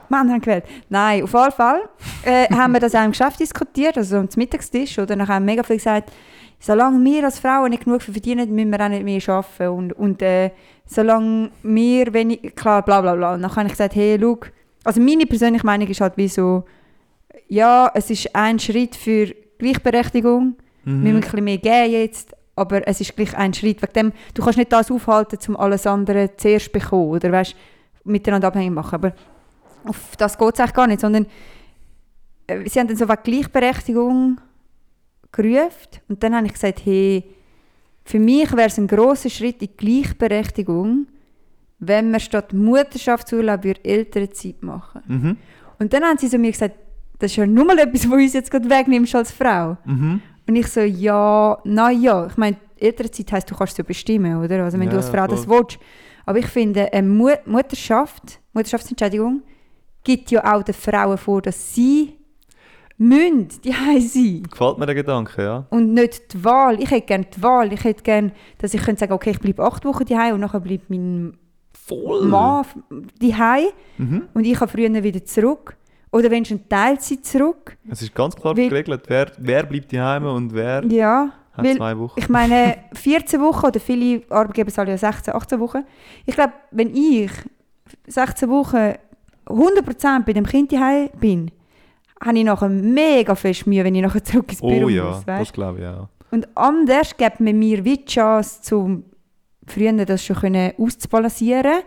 C: Männer haben gewählt. Nein, auf jeden Fall äh, haben wir das auch im Geschäft diskutiert, also am Mittagstisch. Oder? Dann haben mega viele gesagt, solange wir als Frauen nicht genug verdienen, müssen wir auch nicht mehr arbeiten. Und, und äh, solange wir wenig... Klar, bla bla bla. Und dann habe ich gesagt, hey, schau. Also meine persönliche Meinung ist halt wie so, ja, es ist ein Schritt für Gleichberechtigung.
D: Mhm.
C: Wir müssen ein bisschen mehr geben jetzt, aber es ist gleich ein Schritt. Wegen dem, du kannst nicht das aufhalten, um alles andere zuerst zu bekommen oder weißt, miteinander abhängig machen. Aber auf das geht es eigentlich gar nicht, sondern äh, sie haben dann so wegen Gleichberechtigung gerufen und dann habe ich gesagt, hey, für mich wäre es ein grosser Schritt in die Gleichberechtigung, wenn wir statt Mutterschaftsurlaub würde Elternzeit machen.
D: Mhm.
C: Und dann haben sie so mir gesagt, das ist ja nur mal etwas, was du uns jetzt gerade wegnimmst als Frau.
D: Mhm.
C: Und ich so, ja, naja, ich meine, Elternzeit heisst, du kannst es ja bestimmen, oder? Also wenn du
D: Ja,
C: als Frau das
D: voll.
C: willst. Aber ich finde, eine Mu Mutterschaft, Mutterschaftsentschädigung, gibt ja auch den Frauen vor, dass sie müssen, die haben sie.
D: Gefällt mir der Gedanke, ja.
C: Und nicht die Wahl. Ich hätte gerne die Wahl. Ich hätte gerne, dass ich könnte sagen, okay, ich bleibe acht Wochen daheim und nachher bleibt mein
D: Voll.
C: Mann daheim
D: Mhm.
C: und ich kann früher wieder zurück. Oder wenn schon Teilzeit zurück.
D: Es ist ganz klar
C: Weil-
D: geregelt, wer, wer bleibt daheim und wer
C: Ja,
D: hat
C: weil
D: zwei Wochen.
C: Ich meine, 14 Wochen oder viele Arbeitgeber sagen ja 16, 18 Wochen. Ich glaube, wenn ich 16 Wochen 100% bei dem Kind daheim bin, habe ich nachher mega fest Mühe, wenn ich nachher zurück ins Büro
D: Oh ja,
C: muss.
D: das
C: Weißt?
D: glaube ich auch.
C: Und anders gibt man mir wie die Chance, zum früher das schon können auszubalancieren.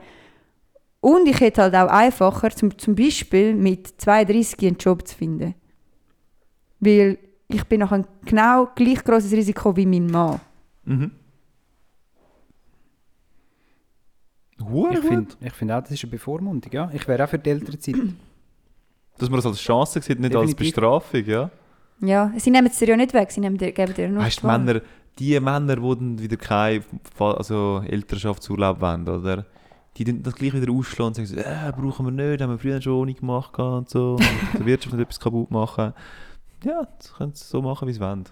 C: Und ich hätte halt auch einfacher, zum, zum Beispiel mit 32 einen Job zu finden. Weil ich bin nachher genau gleich grosses Risiko wie mein Mann.
D: Mhm.
E: Ich
D: Hure gut.
E: finde ich find auch, das ist eine Bevormundung, ja. Ich wäre auch für die ältere Zeit.
D: Dass man das als Chance sieht, nicht als
E: Definitiv.
D: Bestrafung, ja.
C: Ja, sie nehmen es dir ja nicht weg, sie nehmen dir, geben dir nur
D: Weißt
C: die
D: du,
C: Wahl.
D: Männer, die Männer, die dann wieder keinen Fa- also Elternschaftsurlaub wollen, oder? Die dann das gleich wieder ausschlagen und sagen, so, äh, brauchen wir nicht, haben wir früher schon ohne gemacht gehabt und so. Und der Wirtschaft nicht etwas kaputt machen. Ja, das können sie so machen, wie sie wollen.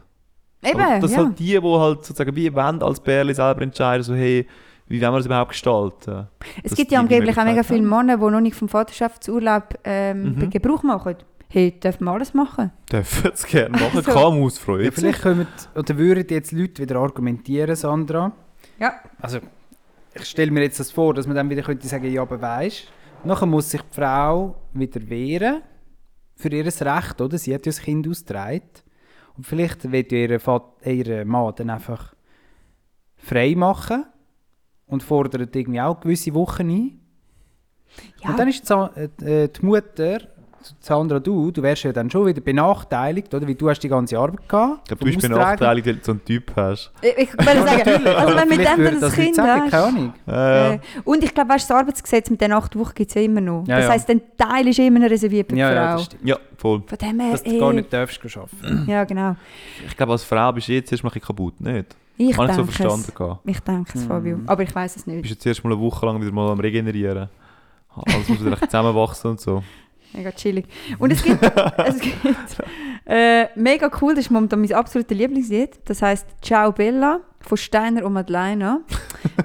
D: Aber
C: Eben,
D: das
C: ja.
D: halt die, die halt sozusagen wie wollen, als Bärli selber entscheiden, so hey, wie wollen wir es überhaupt gestalten?
C: es gibt
D: dass
C: ja
D: die die
C: angeblich auch mega
D: Möglichkeit
C: viele
D: haben.
C: Männer, die noch nicht vom Vaterschaftsurlaub ähm,
D: Mhm.
C: Gebrauch machen. Hey, dürfen wir alles machen?
D: Dürfen es gerne machen,
C: Also-
D: KMUs freuen
E: Ja,
D: sich.
E: vielleicht kommen, oder würden jetzt Leute wieder argumentieren, Sandra.
C: Ja.
E: Also, ich stelle mir jetzt das vor, dass man dann wieder könnte sagen, ja, aber weisst Nachher muss sich die Frau wieder wehren für ihr Recht, oder? Sie hat ja das Kind ausgetragen. Und vielleicht wird ja ihr, Vat- äh, ihr Mann dann einfach frei machen und fordert irgendwie auch gewisse Wochen ein.
C: ja.
E: Und dann ist äh, die, Sa- äh, die Mutter Sandra, du, du wärst ja dann schon wieder benachteiligt, oder? Weil du hast die ganze Arbeit gehabt.
D: Ich glaube, du
E: vom
D: bist
E: Austragen.
D: benachteiligt, weil du so einen Typ hast.
C: Ich, ich würde sagen, also wenn mit
E: Vielleicht
C: dem
E: würde
C: dann ein
E: das nicht
C: Kind
E: sagen,
C: hast.
E: keine Ahnung.
D: Äh,
C: Äh, Und ich glaube, weißt, du, das Arbeitsgesetz mit den acht Wochen gibt es ja immer noch.
E: Ja,
C: das
E: ja.
C: heisst, ein Teil ist immer noch reserviert für die
E: Ja,
C: Frau. Äh,
E: ja, das stimmt.
D: ja, voll.
C: Von dem her,
E: Dass du
C: ey,
E: gar nicht darfst arbeiten.
C: Ja, genau.
D: Ich glaube, als Frau bist du jetzt erstmal ein bisschen kaputt, nicht?
C: Ich
D: Habe ich so
C: denke
D: verstanden.
C: es.
D: gehabt.
C: Ich denke
E: Hm.
C: es, Fabio. Aber ich weiß es
D: Du
C: nicht.
D: bist jetzt erst mal eine Woche lang wieder mal am Regenerieren. Alles muss wieder recht zusammenwachsen und so.
C: Mega chillig. Und es gibt, es gibt äh, mega cool, das ist momentan mein absolutes Lieblingslied. Das heißt Ciao Bella von Steiner und Madeleine.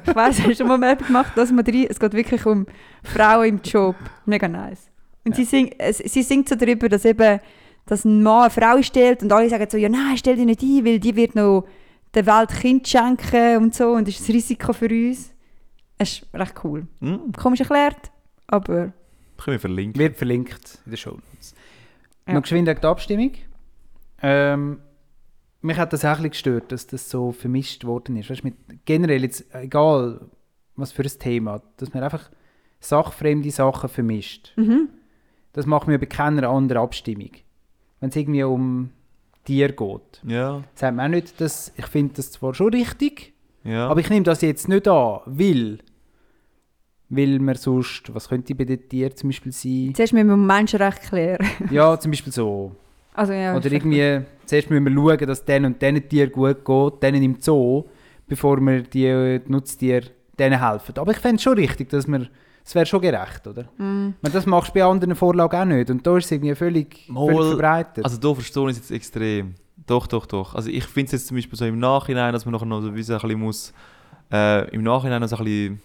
C: Ich weiß, hast du schon mal Werbung gemacht, dass man rein. Es geht wirklich um Frauen im Job. Mega nice. Und sie, sing, äh, sie singt so darüber, dass eben dass ein Mann eine Frau stellt und alle sagen so, ja nein, stell dich nicht ein, weil die wird noch der Welt Kind schenken und so und das ist ein Risiko für uns. Es ist recht cool.
D: Hm,
C: Komisch erklärt, aber
D: können wir verlinken.
E: Wird verlinkt in den Show Notes.
C: Ja.
E: Noch geschwind wegen der Abstimmung. Ähm, mich hat das auch ein bisschen gestört, dass das so vermischt worden ist. Weißt, du, mit, generell, jetzt, egal was für ein Thema, dass man einfach sachfremde Sachen vermischt.
C: Mhm.
E: Das machen wir bei keiner anderen Abstimmung. Wenn es irgendwie um Tier geht.
D: Ja,
E: Sagt man auch nicht, dass ich finde das zwar schon richtig,
D: ja.
E: aber ich nehme das jetzt nicht an, weil, weil man sonst, was könnte bei den Tieren zum Beispiel sein?
C: zuerst müssen wir Menschenrecht klären.
E: Ja, zum Beispiel so.
C: Also ja,
E: Oder irgendwie, zuerst müssen wir schauen, dass denen und diesen Tieren gut geht, denen im Zoo, bevor wir die, äh, die Nutztiere denen helfen. Aber ich fände es schon richtig, dass wir, es wäre schon gerecht, oder?
C: Mm,
E: Weil das machst du bei anderen Vorlagen auch nicht. Und da ist es irgendwie völlig, völlig
D: Mal-
E: verbreitet.
D: Also da verstehe ich es jetzt extrem. Doch, doch, doch. Also ich finde es jetzt zum Beispiel so im Nachhinein, dass man nachher noch so wie so ein bisschen muss, äh, im Nachhinein noch so ein bisschen,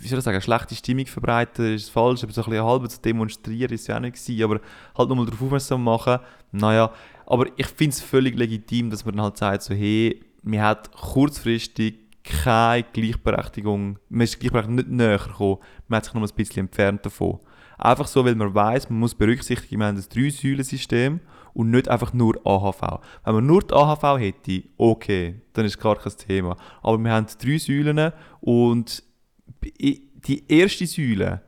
D: wie soll ich sagen, schlechte Stimmung verbreiten, ist falsch, aber so ein bisschen halb zu demonstrieren ist ja auch nicht gewesen, aber halt nochmal darauf aufmerksam machen, naja. Aber ich finde es völlig legitim, dass man dann halt sagt so, hey, man hat kurzfristig keine Gleichberechtigung, man ist Gleichberechtigung nicht näher gekommen, man hat sich noch ein bisschen entfernt davon. Einfach so, weil man weiß, man muss berücksichtigen, wir haben ein Drei-Säulen-System und nicht einfach nur AHV. Wenn man nur die AHV hätte, okay, dann ist gar kein Thema. Aber wir haben drei Säulen und i- die erste Säule,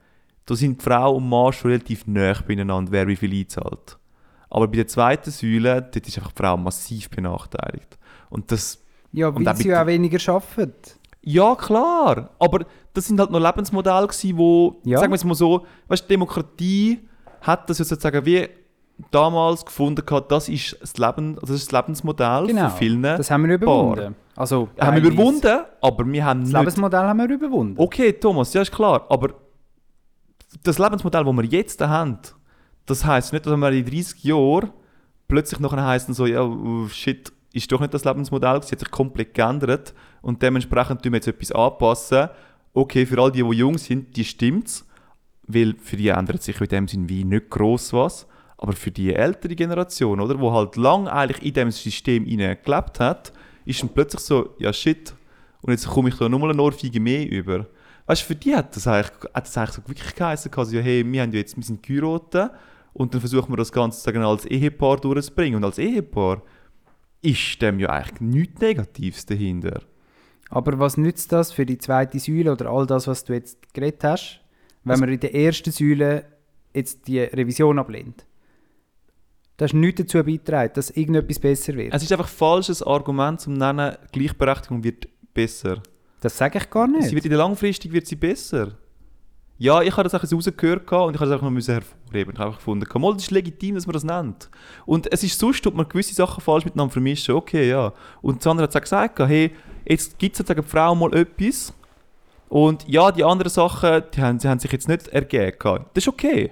D: da sind die Frau und Mann schon relativ nah beieinander, wer wie viel einzahlt. Aber bei der zweiten Säule, dort ist einfach die Frau massiv benachteiligt. Und das
E: ja,
D: und
E: weil
D: auch
E: sie
D: mit-
E: ja auch weniger arbeiten.
D: ja, klar. Aber das sind halt noch Lebensmodelle, gewesen, wo,
E: Ja.
D: sagen wir es mal so, weißt, du, Demokratie hat das ja sozusagen wie damals gefunden, gehabt, das ist das, Leben, also das, ist das Lebensmodell
E: Genau.
D: von vielen.
E: Das haben wir überwunden. Also,
D: haben
E: teilweise.
D: wir überwunden, aber wir haben
E: Das
D: nicht
E: Lebensmodell haben wir überwunden.
D: Okay, Thomas, ja, ist klar. Aber das Lebensmodell, das wir jetzt haben, das heisst nicht, dass wir in 30 Jahren plötzlich nachher heißen so, ja, uh, shit, ist doch nicht das Lebensmodell, gewesen, es hat sich komplett geändert und dementsprechend tun wir jetzt etwas anpassen. Okay, für all die, die jung sind, die stimmt's, weil für die ändert sich in dem Sinn wie nicht gross was. Aber für die ältere Generation, oder, wo halt lang eigentlich in dem System hinein gelebt hat, ist dann plötzlich so, ja shit, und jetzt komme ich da nochmal eine Ohrfeige mehr über. Weißt du, für die hat das eigentlich, hat das eigentlich so wirklich geheißen, also, ja, hey, wir, haben ja jetzt, wir sind geheiratet und dann versuchen wir das Ganze sagen, als Ehepaar durchzubringen. Und als Ehepaar ist dem ja eigentlich nichts Negatives dahinter.
E: Aber was nützt das für die zweite Säule oder all das, was du jetzt geredet hast, wenn
D: Also-
E: man in der ersten Säule jetzt die Revision ablehnt? Das ist nichts dazu beitragen, dass irgendetwas besser wird.
D: Es ist einfach falsches Argument zum Nennen, Gleichberechtigung wird besser.
E: das sage ich gar
D: Sie
E: nicht.
D: wird in der Langfristig wird sie besser. Ja, ich habe das einfach rausgehört gehabt und ich habe es einfach noch müssen hervorheben. Ich habe einfach gefunden, komm, mal, das ist legitim, dass man das nennt. Und es ist sonst, tut man gewisse Sachen falsch miteinander vermischen. Okay, ja. Und Sandra hat es auch gesagt, hey, jetzt gibt es sozusagen die Frau mal etwas. Und ja, die anderen Sachen, die haben, die haben sich jetzt nicht ergeben. gehabt. Das ist okay.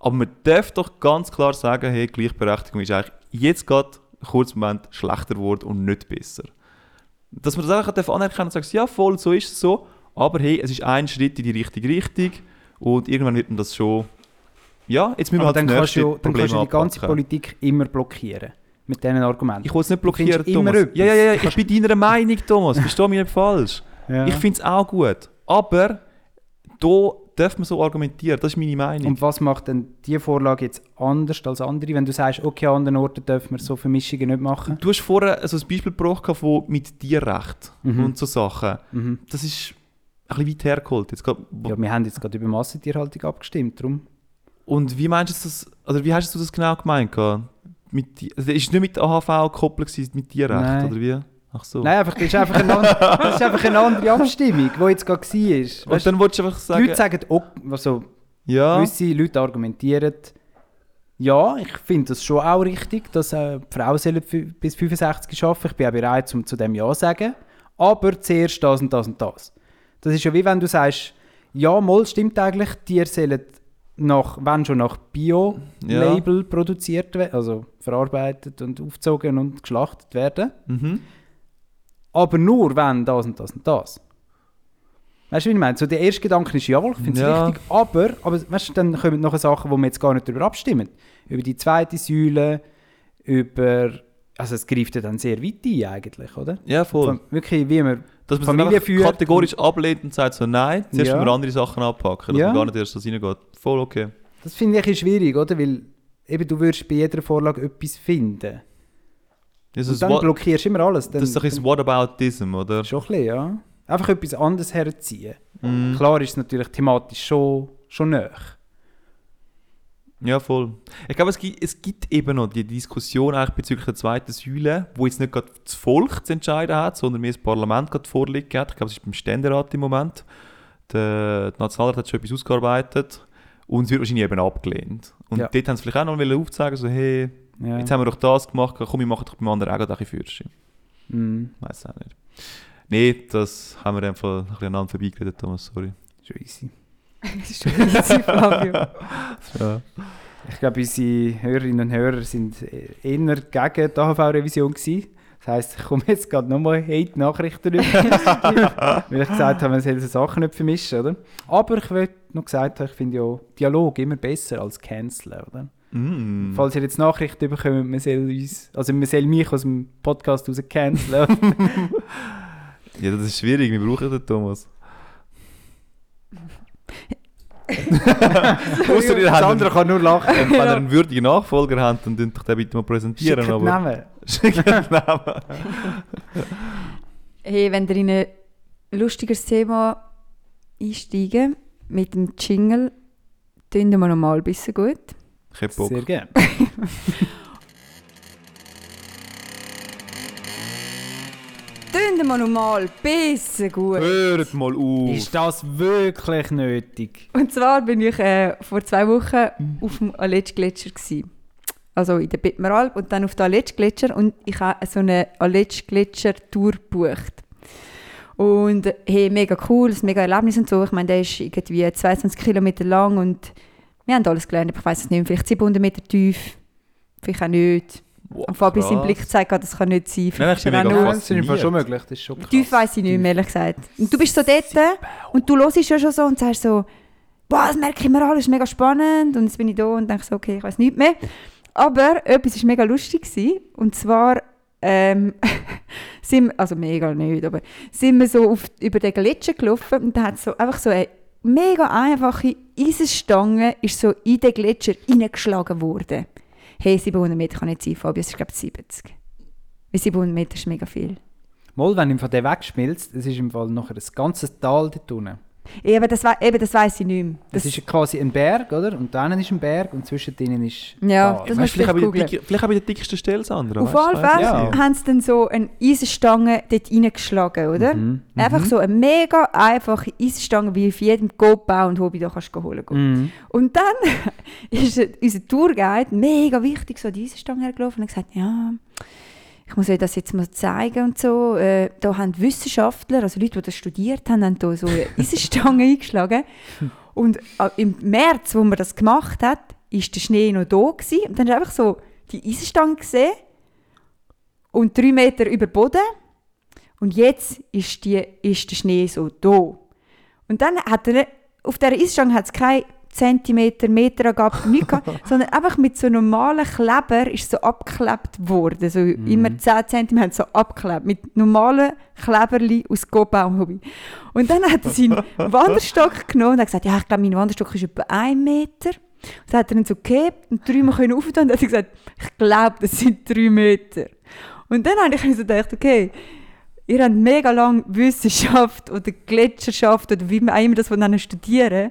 D: Aber man darf doch ganz klar sagen, hey, Gleichberechtigung ist eigentlich jetzt gerade, kurz Moment, schlechter geworden und nicht besser dass man das einfach darf anerkennen und sagt, ja voll, so ist es so, aber hey, es ist ein Schritt in die richtige Richtung und irgendwann wird man das schon, ja, jetzt müssen wir
E: Aber
D: halt
E: dann
D: das
E: kannst,
D: nächste
E: du, dann
D: Problem
E: kannst du die ganze
D: anpacken.
E: Politik immer blockieren. Mit diesen Argumenten.
D: Ich will es nicht blockieren,
E: findest immer
D: Thomas.
E: etwas.
D: Ja, ja, ja, ich bin deiner Meinung, Thomas, versteh mich nicht falsch.
E: Ja.
D: Ich finde es auch gut, aber da darf man so argumentieren, das ist meine Meinung.
E: Und was macht denn diese Vorlage jetzt anders als andere, wenn du sagst, okay, an anderen Orten dürfen wir so Vermischungen nicht machen?
D: Du hast vorher so ein Beispiel gebracht gehabt von mit Tierrecht
E: Mhm.
D: und so Sachen. Das ist ein bisschen weit hergeholt. Jetzt grad,
E: Ja, wir haben jetzt gerade über Massentierhaltung abgestimmt, darum.
D: Und wie meinst du das? Oder wie hast du das genau gemeint? gehabt? Mit, Ti- also, ist es nicht mit AHV gekoppelt, gewesen, mit Tierrecht,
E: Nein.
D: oder wie? Ach so.
E: Nein, einfach, das, ist einfach eine andere, das ist einfach eine andere Abstimmung, die jetzt gerade war.
D: Und
E: Weißt, du,
D: dann wolltest du einfach
E: die
D: sagen,
E: Leute sagen, oh, also,
D: ja,
E: gewisse Leute argumentieren, ja, ich finde das schon auch richtig, dass äh, die Frauen sollen fü- bis 65 arbeiten. Ich bin auch bereit, um zu dem Ja zu sagen. Aber zuerst das und das und das. Das ist ja wie wenn du sagst, ja, mal stimmt eigentlich, Tiere sollen nach, wenn schon nach Bio-Label produziert werden, also verarbeitet und aufgezogen und geschlachtet werden.
D: mhm.
E: Aber nur wenn das und das und das. Weißt du, wie ich meine? So, der erste Gedanke ist, jawohl, ich finde es
D: Ja.
E: richtig, aber, aber weißt du, dann kommen noch Sachen, wo wir jetzt gar nicht darüber abstimmen. Über die zweite Säule, über. Also, es greift ja dann sehr weit ein, eigentlich, oder?
D: ja voll.
E: Von- Wirklich, wie man.
D: Dass man
E: Familie
D: es einfach
E: führt
D: kategorisch ablehnt und sagt so, nein, zuerst
E: Ja.
D: müssen wir andere Sachen anpacken, dass
E: Ja.
D: man gar nicht erst das reingeht. Voll okay.
E: Das finde ich ein bisschen schwierig, oder? Weil eben, du würdest bei jeder Vorlage etwas finden.
D: Das
E: Und
D: ist,
E: dann
D: what,
E: blockierst du immer alles. Dann,
D: das ist doch ein Whataboutism, oder?
E: Schon ein bisschen, ja. Einfach etwas anderes herziehen.
D: Mhm.
E: Klar ist es natürlich thematisch schon, schon näher.
D: Ja, voll. Ich glaube, es gibt, es gibt eben noch die Diskussion eigentlich bezüglich der zweiten Säule, wo jetzt nicht gerade das Volk zu entscheiden hat, sondern mir das Parlament gerade vorliegen hat. Ich glaube, es ist beim Ständerat im Moment. Der, der Nationalrat hat schon etwas ausgearbeitet und es wird wahrscheinlich eben abgelehnt. Und
E: Ja.
D: dort haben sie vielleicht auch noch wollen aufzeigen, so hey,
E: Ja.
D: jetzt haben wir doch das gemacht, komm, wir machen doch beim anderen auch gerade ein bisschen Fürste.
E: Mhm.
D: Weiß auch nicht. Nee, das haben wir einfach ein bisschen aneinander vorbeigeredet, Thomas, sorry.
E: Schon easy.
C: Das ist schon easy, Flavio.
D: Ja.
E: Ich glaube, unsere Hörerinnen und Hörer sind eher gegen die AHV-Revision gewesen. Das heisst, ich komme jetzt gerade nochmal Hate-Nachrichten rüber. weil ich gesagt habe, man soll diese Sachen nicht vermischen, oder? Aber ich will noch gesagt haben, ich finde ja Dialog immer besser als Canceln, oder?
D: Mm.
E: Falls ihr jetzt Nachrichten bekommt, man soll uns, also man soll mich aus dem Podcast raus canceln.
D: Ja, das ist schwierig, wir brauchen den Thomas. Außer ihr
E: das
D: habt
E: andere
D: einen,
E: kann nur lachen.
D: wenn ihr einen würdigen Nachfolger habt, dann dürft ihr den bitte mal präsentieren.
E: Schickt
D: aber
E: Namen.
D: Schickt den Namen.
C: Hey, wenn ihr in ein lustigeres Thema einsteigen mit dem Jingle, tun wir nochmal ein bisschen gut.
D: Ich hab Bock.
E: Sehr gerne.
C: Tun wir nochmal ein bisschen gut.
D: Hört mal auf.
E: Ist das wirklich nötig?
C: Und zwar bin ich äh, vor zwei Wochen auf dem Aletschgletscher gewesen. Also in der Bittmeralp und dann auf den Aletschgletscher und ich habe so eine Aletschgletscher-Tour gebucht. Und äh, hey, mega cool, ein mega Erlebnis und so. Ich meine, der ist irgendwie 22 Kilometer lang und wir haben alles gelernt, aber ich weiß es nicht, mehr, vielleicht 700 Meter tief, vielleicht auch nicht.
D: Wow,
C: Und Fabi seinen
D: krass.
C: Blick zeigt, das kann nicht sein.
D: Nein, ich bin
C: vielleicht
D: mega
C: auch nur-
E: Ja, das ist im Fall
D: fasziniert.
E: schon möglich, das ist schon krass.
C: Tief weiss ich nicht mehr, ehrlich gesagt. Und du bist so dort und du hörst ja schon so und sagst so, «Boah, das merke ich mir alles, ist mega spannend.» Und jetzt bin ich da und denke so, «Okay, ich weiß nichts mehr.» Aber etwas war mega lustig. Gewesen, und zwar ähm, sind wir, also mega nicht, aber sind wir so auf, über den Gletscher gelaufen und da hat so einfach so eine mega einfache Eisenstange ist so in den Gletscher reingeschlagen worden. Hey, 700 Meter kann nicht sein, Fabio, es ist glaube ich 70. Weil 700 Meter ist mega viel.
E: Mal, wenn im Fall der wegschmilzt, es ist im Fall nachher ein ganzes Tal dort unten.
C: Eben, das, wei- eben, das weiss ich nicht mehr.
E: Das, ist quasi ein Berg, oder? Und da hinten ist ein Berg und zwischen denen ist
C: Ja,
E: Tal.
C: das
D: Weißt,
C: musst du vielleicht
D: vielleicht, auch bei der
C: googeln.
D: dick- vielleicht auch bei der dicksten Stelle, Sandra.
C: Auf
D: weißt du,
C: alle
D: weiss
C: Fälle
E: Ja.
C: haben sie dann so eine Eisenstange dort reingeschlagen, oder?
D: Mhm,
C: Einfach so eine mega einfache Eisenstange, wie auf jedem Go-Bau und Hobby da kannst du holen gehen.
E: Mhm.
C: Und dann ist äh, unser Tourguide mega wichtig so an die Eisenstange hergelaufen und hat gesagt, ja, ich muss euch das jetzt mal zeigen und so. Äh, da haben Wissenschaftler, also Leute, die das studiert haben, haben da so eine Eisenstange eingeschlagen. Und äh, im März, wo man das gemacht hat, ist der Schnee noch da gewesen. Und dann hast du einfach so die Eisenstange gesehen und drei Meter über den Boden. Und jetzt ist, die, ist der Schnee so da. Und dann hat er, auf dieser Eisstange hat es keine Zentimeter, Meter gehabt, nichts gehabt, sondern einfach mit so normalen Kleber ist so abgeklebt worden. So immer 10 cm haben sie so abgeklebt. Mit normalen Kleberli aus Gobaumhobby. Und dann hat er seinen Wanderstock genommen und hat gesagt, ja, ich glaube, mein Wanderstock ist etwa 1 Meter. Und dann hat er ihn so gehabt und dreimal können aufhören und dann hat er gesagt, ich glaube, das sind 3 Meter. Und dann habe ich mir so gedacht, okay, ihr habt mega lange Wissenschaft oder Gletscherschaft oder wie man auch immer das wollen, studieren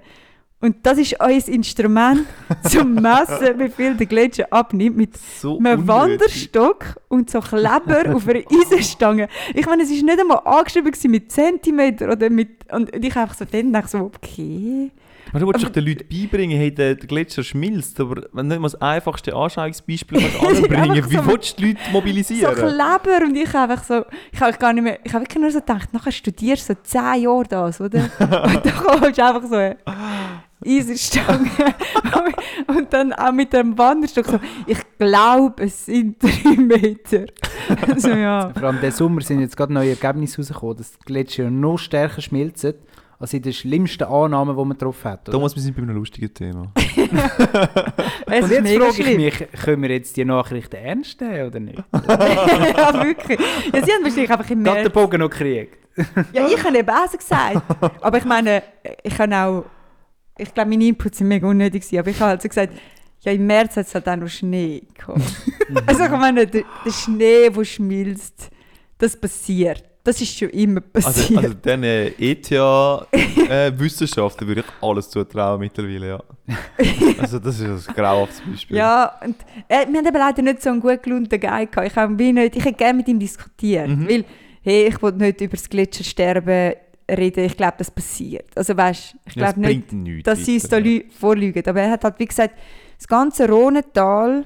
C: Und das ist unser Instrument, zum messen, wie viel der Gletscher abnimmt mit
D: So
C: einem
D: unnötig.
C: Wanderstock und so Kleber auf einer Eisenstange. Ich meine, es war nicht einmal angeschrieben gewesen mit Zentimeter oder mit... Und ich einfach so dann dachte so, okay...
D: Aber du willst
C: Ähm,
D: doch den Leuten beibringen, hey, der, der Gletscher schmilzt, aber wenn du nicht mal das einfachste Anschauungsbeispiel kannst
C: Es ist
D: anbringen
C: einfach
D: wie
C: so-
D: willst du die Leute mobilisieren?
C: So Kleber und ich einfach so, ich habe gar nicht mehr, ich habe wirklich nur so gedacht, nachher studierst du so 10 Jahre das, oder? und dann kommst du einfach so eine Eisenstange und dann auch mit dem Wanderstock so, ich glaube, es sind 3 Meter. Also ja.
E: Vor allem diesen Sommer sind jetzt gerade neue Ergebnisse rausgekommen, dass die Gletscher noch stärker schmilzen als in den schlimmsten Annahmen, die man getroffen hat. oder?
D: Thomas, wir sind bei einem lustigen Thema.
C: Es ist
E: Und jetzt
C: mega
E: frage ich
C: schlimm.
E: mich, können wir jetzt die Nachrichten ernst nehmen oder nicht?
C: ja, wirklich. Ja, sie haben wahrscheinlich einfach im
E: Gerade den
C: März.
E: Bogen noch gekriegt.
C: Ja, ich habe eben auch so gesagt. Aber ich meine, ich habe auch, ich glaube, meine Inputs sind mega unnötig gewesen, aber ich habe halt so gesagt, ja, im März hat es halt auch noch Schnee gehabt.
D: Mhm.
C: also ich meine, der, der Schnee, der schmilzt, das passiert. Das ist schon immer
D: Also,
C: passiert.
D: also diesen ETH-Wissenschaften äh, würde ich alles zutrauen mittlerweile, ja. Also das ist ein grauhaftes Beispiel.
C: ja, und äh, wir haben eben leider nicht so einen gut gelaunten Guy gehabt. Ich, habe wie nicht, ich hätte gerne mit ihm diskutiert,
D: Mhm.
C: weil, hey, ich wollte nicht über das Gletschersterben reden, ich glaube, das passiert. Also weißt, ich
D: Ja, das
C: glaube nicht,
D: bringt nichts
C: dass sie uns da
D: weiter, ja.
C: Lü- vorlügen. Aber er hat halt, wie gesagt, das ganze Rhonental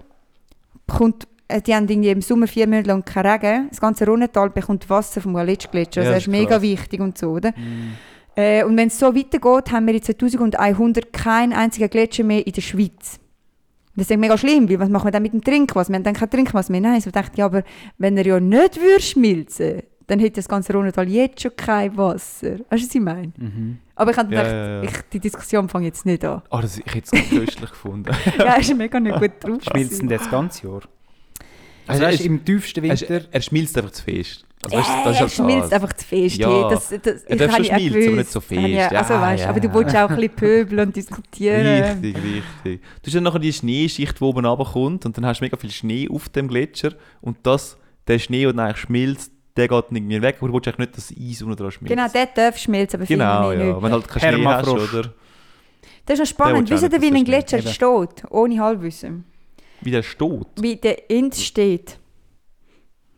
C: bekommt, äh, die haben irgendwie im Sommer vier Monate lang keinen Regen, das ganze Rhonental bekommt Wasser vom Gletschgletscher, also
D: Ja,
C: er
D: ist
C: ist mega
D: krass. Mhm.
C: wichtig und so, oder? Äh, und wenn es so weitergeht, haben wir in 2100 keinen einzigen Gletscher mehr in der Schweiz. Das ist mega schlimm, weil was machen wir dann mit dem Trinkwasser? Wir haben dann kein Trinkwasser mehr. Nein, so dachte ich, ja, aber wenn er ja nicht würde schmilzen, dann hätte das ganze Rhonental jetzt schon kein Wasser. Weißt du, was ich meine?
E: Mhm.
C: Aber ich habe
D: Ja,
C: gedacht,
D: ja, ja.
C: Ich, die Diskussion fange jetzt nicht an.
D: Ah, das, ich hätte es köstlich gefunden.
C: ja, ist mega nicht gut drauf.
E: Schmilzen das ganze Jahr.
D: Also,
E: Also,
D: er,
E: weißt,
D: ist,
E: du, im tiefsten
D: er, ist,
E: Winter.
D: er schmilzt einfach zu fest. Also,
C: Ja,
D: weißt du,
C: Äh,
D: das
C: er
D: ist ja
C: schmilzt
D: das.
C: einfach zu fest.
D: Ja.
C: hey, das, das,
D: Er darf
C: das habe
D: schon
C: ich auch
D: schmilzen, aber nicht
C: gewusst.
D: so fest.
C: Habe ich- Also,
D: Ja,
C: weißt,
D: ja,
C: aber du
D: ja. Genau,
C: willst auch ein bisschen pöbeln und diskutieren.
D: Richtig, richtig. Du hast dann nachher die Schneeschicht, die oben runterkommt und dann hast du mega viel Schnee auf dem Gletscher und das, der Schnee, der dann eigentlich schmilzt, der geht nicht mehr weg, aber du willst eigentlich nicht, dass das Eis unten dran schmilzt.
C: Genau, der darf schmilzen, aber
D: Genau,
C: viele
D: ja.
C: nicht.
D: Wenn du halt keinen Schnee hast,
E: Permafrost.
D: oder?
C: Das ist noch
D: Der
C: spannend.
D: will
C: Wisst
D: auch
C: ihr,
D: nicht,
C: wie
D: dass
C: ein
D: der
C: Gletscher steht? Ohne Halbwissen.
D: Wie der steht.
C: Wie der Ind steht.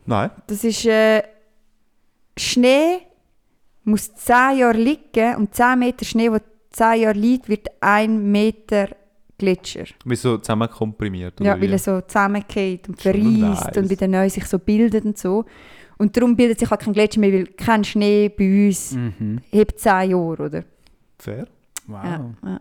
D: Nein.
C: Das ist äh, Schnee, muss 10 Jahre liegen und 10 Meter Schnee, der 10 Jahre liegt, wird 1 Meter Gletscher.
D: Wie so zusammen komprimiert.
C: Ja,
D: oder
C: weil
D: wie?
C: er so zusammengeht und
D: Schon
C: verreist
D: nice.
C: und wieder neu sich so bildet und so. Und darum bildet sich halt kein Gletscher mehr, weil kein Schnee bei uns
E: Mhm.
C: hebt 10 Jahre, oder?
D: Fair.
E: Wow.
C: Ja, ja.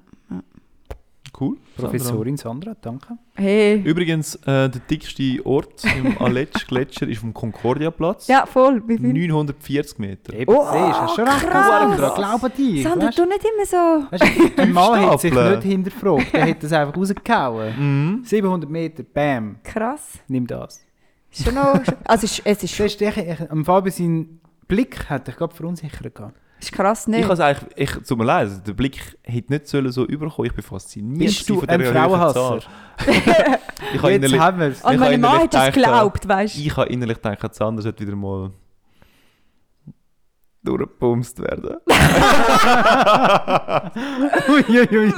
D: Cool.
E: Professorin Sandra, danke.
C: Hey.
D: Übrigens, äh, der dickste Ort im Aletsch-Gletscher ist vom Concordia-Platz.
C: Ja, voll. Wie viel?
D: 940 Meter.
E: Eben,
C: Oh,
E: siehst du, hast schon recht.
C: krass.
E: Sandra, glaube dir.
C: Sandra,
E: weißt du?
C: du nicht immer so.
E: Weißt du, der Mann hat sich
D: Stapeln.
E: nicht hinterfragt. Der hat das einfach rausgehauen.
D: Mhm.
E: 700 Meter, bam,
C: Krass.
E: nimm das.
C: Ist Schon noch, schon- also es ist, es ist,
E: Siehst du, ich, ich, am Fabi sein Blick hat dich gerade verunsichert. gehabt.
C: ist krass,
D: Ich
C: nicht?
D: has eigentlich, ich, tut mir leid, also der Blick hätte nicht sollen so überkommen. Ich bin fasziniert
E: Bist
D: gewesen
E: du
D: von
E: ein
D: dieser hohen Zahl.
E: Frauenhasser?
D: ich habe
E: Jetzt
D: innerlich,
E: haben wir es.
D: ich
C: Und
D: habe
C: Oh, meine Mann
D: innerlich
C: hat das
D: gedacht,
C: geglaubt, weißt du?
D: ich habe innerlich gedacht, Sander sollte wieder mal durchgepumst werden.
E: Uiuiui.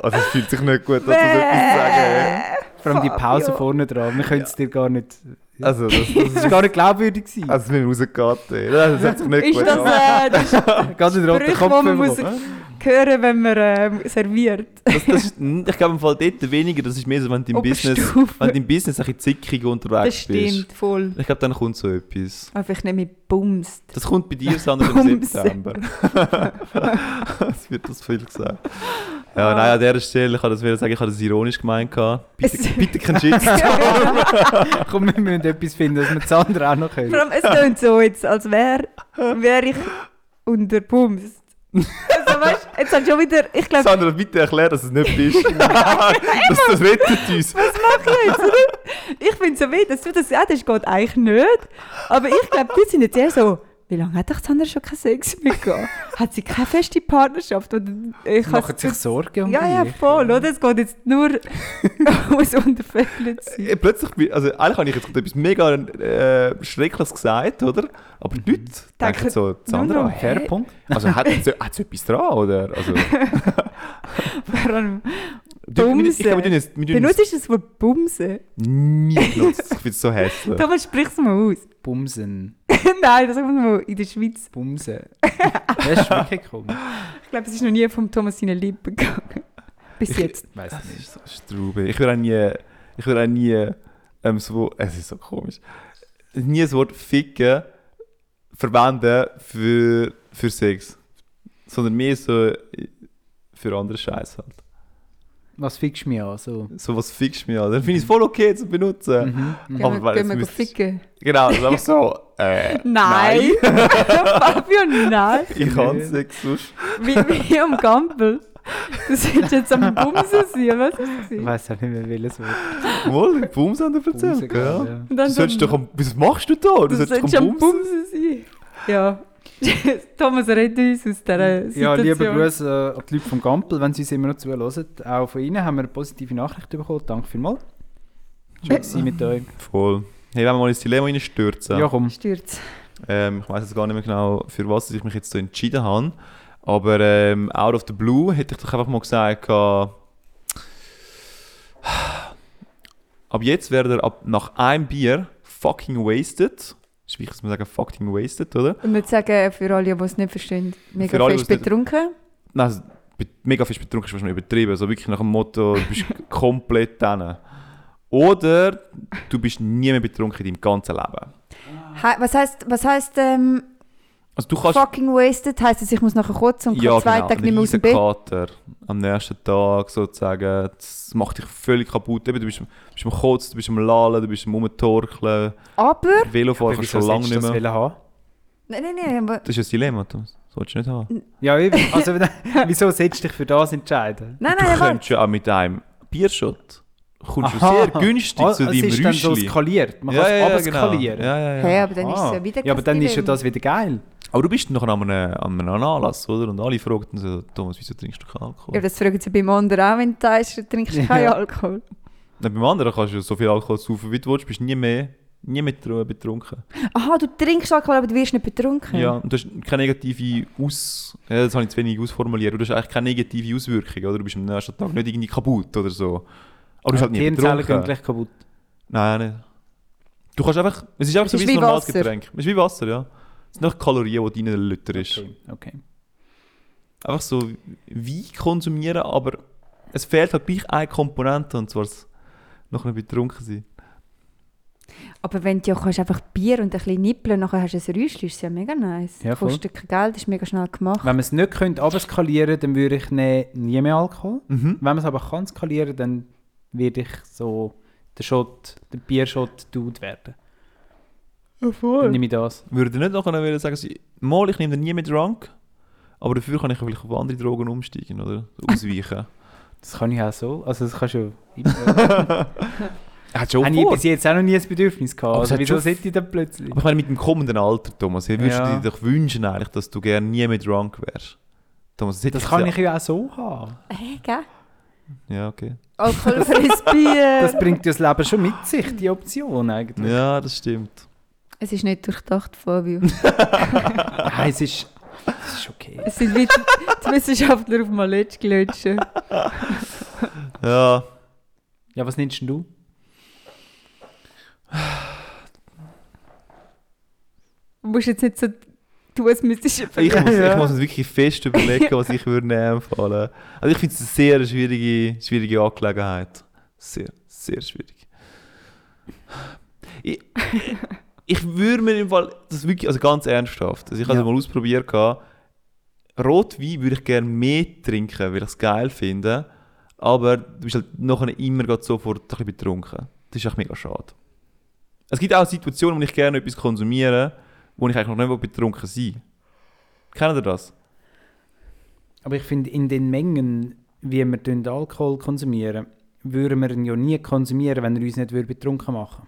D: Also es fühlt sich nicht gut an, dass ich etwas sagen.
E: Vor allem die Pause
C: Fabio.
E: vorne dran. Wir können es dir gar nicht.
D: Also das, das
E: Das ist gar nicht glaubwürdig gewesen.
D: also wenn rausgeht, ey. das hat sich nicht
C: Ist
D: gut
C: das,
D: an.
C: äh, das ist
E: Ganz in den roten
C: Sprüche,
E: Kopf.
C: wo man
E: bekommen.
C: muss hören, wenn man äh, serviert?
D: Das, das ist, ich glaube im Fall dort weniger, das ist mehr so, wenn du im Business,
C: Oberstufe.
D: wenn du im Business ein bisschen zickig
C: Oh, Das
D: unterwegs bist.
C: stimmt, voll.
D: Ich glaube, dann kommt so etwas.
C: Aber ich nehme mich bumst.
D: Das kommt bei dir, Sandra, im
C: Bums.
D: September. Es wird das viel gesagt. Ja, nein, an dieser Stelle kann das wieder sagen, ich habe das ironisch gemeint. gehabt. Bitte,
C: Es-
D: bitte kein Shitstorm.
E: Komm, wir müssen etwas finden, dass wir die Sandra auch noch können.
C: Vor allem, es tönt so jetzt, als wäre wär ich unter bumst. Also weißt du, jetzt hat schon wieder, ich glaube,
D: Sandra, bitte erklär, dass es nicht bist. das, das rettet uns.
C: was mache ich jetzt? Oder? Ich finde so weh, dass du das sagst, das geht eigentlich nicht. Aber ich glaube, die sind jetzt eher so, wie lange hat doch Sandra schon keinen Sex mehr gehabt? hat sie keine feste Partnerschaft? Oder äh, ich
E: Sie machen sich Sorgen um
C: Ja, ja,
E: dich.
C: voll, oder? Es geht jetzt nur ums Unterfällen zu sein.
D: Äh, Plötzlich, bin- also eigentlich habe ich jetzt gerade etwas mega äh, Schreckliches gesagt, oder? Aber die Leute denken
C: Mhm. Denken
D: so, Sandra,
C: nur
E: Ah,
C: noch,
D: hä?
E: Fair Punkt.
D: Also hat es etwas dran, oder? Also,
C: Vor allem,
D: du, wir- ich
C: Bumsen.
D: glaube, wir tun jetzt- wir tun jetzt
C: benutzt du das Wort Bumsen?
D: nie benutzt. Ich finde es so hässlich.
C: Thomas, sprich es mal aus.
E: Bumsen.
C: Nein, das sagen wir mal in der Schweiz.
E: Bumsen. Das ist wirklich komisch.
C: Ich glaube, es ist noch nie vom Thomas seine Lippen gegangen. Bis
D: Ich-
C: jetzt.
E: Weiß
D: Das
E: nicht.
D: ist so Strube. Ich würde auch nie, ich würde auch nie ähm, so, es ist so komisch, nie das Wort ficken verwenden für, für Sex. Sondern mehr so äh, für andere Scheiß halt.
E: Was fickst du mir an? So.
D: So was fickst du mir, oder? Finde ich voll okay zu benutzen.
E: Mhm. mhm.
D: Aber
C: Gehen
D: weil
C: wir,
D: es
C: gehen wir
D: müsste-
C: ficken.
D: Genau, das ist einfach so, äh,
C: Nein! Fabio, nein!
D: ich kann Sex sonst.
C: Wie, wie am Gampel. Du solltest jetzt am Bumsen sein, was ist
E: Ich
C: das?
E: weiß auch nicht mehr, welches Wort.
D: Mal, Bums haben dir erzählt, gell?
E: ja.
C: Und
D: Du
C: dann
D: solltest
C: so-
D: doch, am- was machst du da? Du
C: du
D: solltest
C: solltest
D: doch am
C: am
D: Bumsen.
C: Bumsen sein. Ja. Thomas, rette uns aus dieser Situation.
E: Ja, lieber Grüße äh, an die Leute vom Gampel, wenn sie es immer noch zuhören. Auch von ihnen haben wir eine positive Nachricht bekommen. Danke vielmals. Schön zu sein mit euch.
D: Voll. Hey, wenn wir mal ins Dilemma reinstürzen.
E: Ja, komm.
C: Stürz.
D: Ähm, ich weiß jetzt gar nicht mehr genau, für was ich mich jetzt so entschieden habe. Aber ähm, out of the blue hätte ich doch einfach mal gesagt, äh, ab jetzt wäre er ab, nach einem Bier fucking wasted. Ist wichtig, dass man sagen, fucking wasted, oder?
C: Ich würde sagen, für alle, die es nicht verstehen, mega
D: Für alle,
C: fest
D: die es nicht-
C: betrunken.
D: Nein, also, be- mega fest betrunken ist wahrscheinlich übertrieben. Also wirklich nach dem Motto, du bist komplett drin. Oder du bist nie mehr betrunken in deinem ganzen Leben.
C: He was heisst, was heisst ähm,
D: Also du kannst... genau,
C: fucking wasted? Heisst es, ich muss nachher kotzen und kann
E: genau.
C: zwei Tage
D: ein
C: nicht mehr aus dem Bett?
D: Riesenkater am nächsten Tag sozusagen. Das macht dich völlig kaputt. Eben, du bist, am- du bist am Kotzen, du bist am Lallen, du bist am Rumtorkeln.
C: Aber,
D: Velofahren kannst du
E: Wieso
D: schon lange
E: solltest du
D: nicht
E: das
D: mehr.
E: wollen haben?
C: nein, nein, nein, aber-
D: Das ist ein Dilemma, Thomas. Das solltest du nicht haben.
E: Ja, eben. Also, wieso solltest du dich für das entscheiden?
C: nein,
D: du
C: nein, aber
D: könntest ja auch mit einem Biershot kommst du
E: Aha.
D: sehr günstig
E: Ah,
D: zu
E: es
D: deinem
E: ist dann so
D: Rüschli.
E: skaliert. Man kann es abskalieren.
D: Ja, ja, ja.
C: Hey, aber dann ist es
E: Ah.
C: ja wieder
E: ja, aber
C: kein
E: dann ist ja
C: Dilemma.
E: das wieder geil.
D: Aber du bist noch an einem, an einem Anlass, oder? Und alle fragten so, Thomas, wieso trinkst du keinen Alkohol?
C: Ja, das fragen sie beim anderen auch, wenn du sagst, du trinkst
E: Ja.
C: keinen Alkohol.
D: Und beim anderen kannst du so viel Alkohol saufen, wie du willst, bist nie mehr, nie mehr betru- betrunken.
C: Aha, du trinkst Alkohol, aber du wirst nicht betrunken.
D: Ja, und du hast keine negative Aus... Ja, das habe ich zu wenig ausformuliert. Du hast eigentlich keine negative Auswirkung, oder? Du bist am nächsten Tag nicht irgendwie kaputt oder so. Aber du bist halt
E: Die
D: nie
E: Hirnzellen gehen
D: betrunken.
E: gleich kaputt.
D: Nein, nein. Du kannst einfach... Es ist einfach so
C: Es
D: wie
C: ist
D: ein
C: wie
D: normales
C: Wasser.
D: Getränk. Es ist wie Wasser, ja. Es sind einfach Kalorien, die du reinlütter ist.
E: Okay. okay.
D: Einfach so wie konsumieren, aber es fehlt halt gleich eine Komponente, und zwar das noch ein betrunken sein.
C: Aber wenn du ja kannst einfach Bier und ein bisschen nippeln, nachher hast du ein Rüschli, ist ja mega nice.
E: Ja, voll.
C: Kostet kein Geld, ist mega schnell gemacht.
E: Wenn man es nicht könnte abskalieren, dann würde ich nehmen, nie mehr Alkohol.
D: Mhm.
E: Wenn man es aber kann skalieren, dann würde ich so der Shot, der Biershot Dude werden.
C: Ja,
E: Dann
C: voll.
E: nehme ich das.
D: Würde ich nicht noch wollen sagen, sie- mal, ich nehme den nie mehr drunk, aber dafür kann ich vielleicht auf andere Drogen umsteigen, oder? Ausweichen.
E: Das kann ich auch so. Also das kannst du
D: Er hat schon
E: Habe ich bis jetzt auch noch nie ein Bedürfnis gehabt.
D: Aber es
E: Also
D: hat
E: wieso
D: schon-
E: sollte ich dann plötzlich?
D: Aber ich meine, mit dem kommenden Alter, Thomas, ich würde
E: Ja.
D: dir doch wünschen, eigentlich, dass du gerne nie mehr drunk wärst. Thomas, das, hätte
E: Das kann
D: ja-
E: ich ja auch so haben.
C: Hey, gell?
D: Ja, okay.
C: Alkoholfreies Bier.
E: Das bringt ja das Leben schon mit sich, die Option eigentlich.
D: Ja, das stimmt.
C: es ist nicht durchdacht, Fabio.
E: Nein, es ist, es ist okay.
C: Es sind wie die- die Wissenschaftler auf Maletsch gelötschen.
D: Ja,
E: Ja, was nimmst denn du?
C: Du musst jetzt nicht so tun, als müsstest du
D: ich muss,
E: Ja.
D: ich muss mir wirklich fest überlegen, was ich würde nehmen würde. Also ich finde es eine sehr schwierige, schwierige Angelegenheit. Sehr, sehr schwierig. Ich, ich würde mir im Fall, das wirklich, also ganz ernsthaft, also ich habe es
E: Ja.
D: mal ausprobiert, gehabt. Rotwein würde ich gerne mehr trinken, weil ich es geil finde, aber du bist halt nachher immer grad sofort ein bisschen betrunken. Das ist echt mega schade. Es gibt auch Situationen, wo ich gerne etwas konsumiere, wo ich eigentlich noch nicht betrunken sein will. Kennt ihr das?
E: Aber ich finde, in den Mengen, wie wir den Alkohol konsumieren, würden wir ihn ja nie konsumieren, wenn er uns nicht würde betrunken machen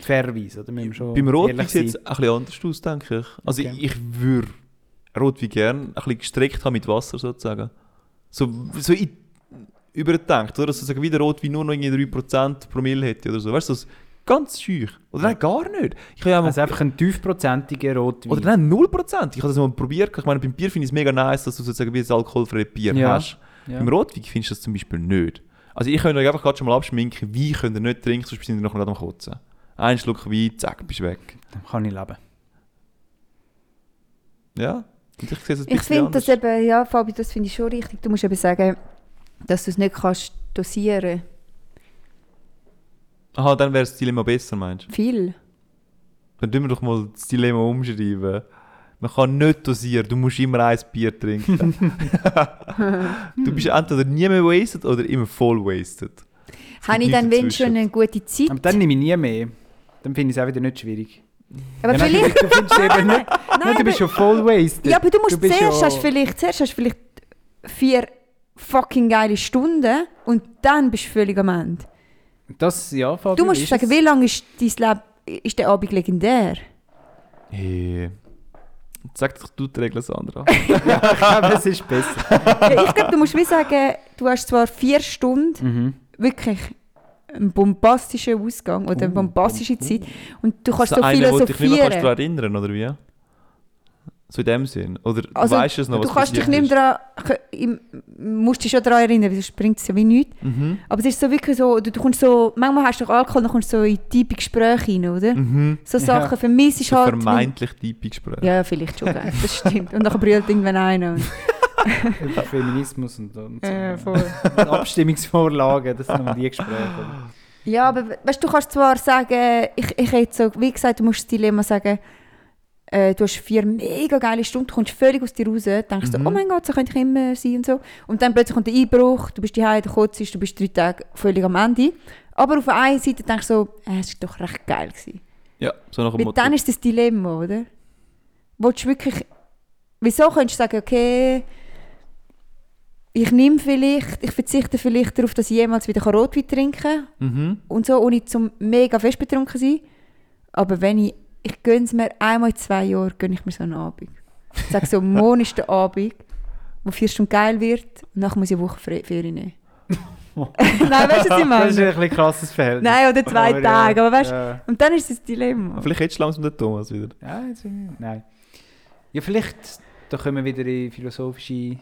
E: Fairerweise, oder? Wir müssen schon
D: Beim Rotwein
E: ehrlich
D: sieht es
E: sein.
D: ein bisschen anders aus, denke ich. Also
E: Okay.
D: ich, ich würde Rotwein gern ein bisschen gestreckt haben mit Wasser sozusagen. So, so in, überdenkt, oder? Dass sozusagen wieder Rotwein nur noch irgendwie 3% Promille hätte oder so. Weißt du, das ganz schüch. Oder nein, gar nicht. Ich habe ja mal,
E: Also einfach ein tiefprozentiger Rotwein.
D: oder nein, 0%. Ich habe das mal probiert. Ich meine, beim Bier finde ich es mega nice, dass du sozusagen wie ein alkoholfreies Bier
E: Ja.
D: hast.
E: Ja.
D: Im Rotwein findest du das zum Beispiel nicht. Also ich könnte euch einfach gerade schon mal abschminken, Wein könnt ihr nicht trinken, sonst sind ihr nachher gerade am Kotzen. Ein Schluck Wein, zack, bist weg.
E: Dann kann ich leben.
D: Ja, und ich sehe es ein
C: Ich
D: bisschen
C: finde das
D: anders.
C: eben, ja Fabi, das finde ich schon richtig. Du musst eben sagen, dass du es nicht kannst dosieren.
D: Aha, dann wäre das Dilemma besser, meinst du?
C: Viel.
D: Dann tun wir doch mal das Dilemma umschreiben. Man kann nicht dosieren, du musst immer ein Bier trinken. du bist entweder nie mehr wasted oder immer voll wasted.
C: Habe ich
D: nichts
C: dann wenn
D: dazwischen.
C: schon eine gute Zeit?
E: Aber dann nehme ich nie mehr. Dann finde ich es auch wieder nicht schwierig.
C: Aber
E: Ja, nein,
C: vielleicht...
E: Du findest eben nicht... Nein, du bist schon voll wasted.
C: Ja, aber du musst
E: bist
C: zuerst,
E: schon-
C: hast vielleicht, zuerst hast du vielleicht vier fucking geile Stunden und dann bist du völlig am Ende.
E: Das, ja, Fabio,
C: Du musst
E: ist
C: sagen,
E: es.
C: wie lange ist dein Leben, ist der Abend legendär?
D: Hey. Eh. Sag doch du die Regeln, Sandra.
E: Aber es ist besser.
C: Ja, ich glaube, du musst wie sagen, du hast zwar vier Stunden
D: Mhm.
C: wirklich einen bombastischen Ausgang oder eine
D: Oh,
C: bombastische Zeit und du kannst so
D: Also eine, wo dich nicht mehr kannst
C: philosophieren.
D: daran erinnern, oder wie? So in dem Sinn. Oder
C: Also,
D: weißt du es noch, was
C: du kannst dich
D: passiert
C: nicht
D: ist?
C: mehr daran, im- musst dich schon daran erinnern, weil sonst bringt es ja wie nichts.
D: Mhm.
C: Aber es ist so wirklich so, du, du kommst so, manchmal hast du doch Alkohol, dann kommst du so in tiefe Gespräche rein, oder?
D: Mhm.
C: So Sachen vermisst ich
D: So
C: halt.
D: vermeintlich tiefe Gespräche.
C: wenn- Ja, vielleicht schon, gell. das stimmt. Und dann brüllt irgendwann einer. Und,
E: Über Feminismus und, und so.
C: äh, voll.
E: Abstimmungsvorlagen, das sind immer die Gespräche. oder?
C: Ja, aber we- weißt, du du kannst zwar sagen, ich, ich hätte so, wie gesagt, du musst das Dilemma sagen, äh, du hast vier mega geile Stunden, du kommst völlig aus dir raus, denkst so, oh mein Gott, so könnte ich immer sein und so. Und dann plötzlich kommt der Einbruch, du bist die Heide, kotzt, du bist drei Tage völlig am Ende. Aber auf der einen Seite denkst du so, äh, es war doch recht geil. Gewesen.
D: Ja, so nach dem
C: Weil
D: Motto.
C: dann ist das Dilemma, oder? Willst du wirklich... Wieso könntest du sagen, okay, ich nehme vielleicht, ich verzichte vielleicht darauf, dass ich jemals wieder Rotwein trinken kann
D: Mhm.
C: und so, ohne zum mega fest betrunken zu sein. Aber wenn ich, ich gönne es mir einmal in zwei Jahren, gönne ich mir so einen Abend. Ich sage so, morgen ist der Abend, wo vier Stunden geil wird und nachher muss ich eine Woche Fre- Ferien nehmen. Nein, weißt du, was ich
E: Das ist
C: meine?
E: ein bisschen krasses Verhältnis.
C: Nein, oder zwei
E: ja,
C: Tage, aber weißt du,
E: ja.
C: und dann ist das Dilemma.
D: Vielleicht hättest du langsam den Thomas wieder.
E: Ja, jetzt, nein. Ja, vielleicht, da kommen wir wieder in philosophische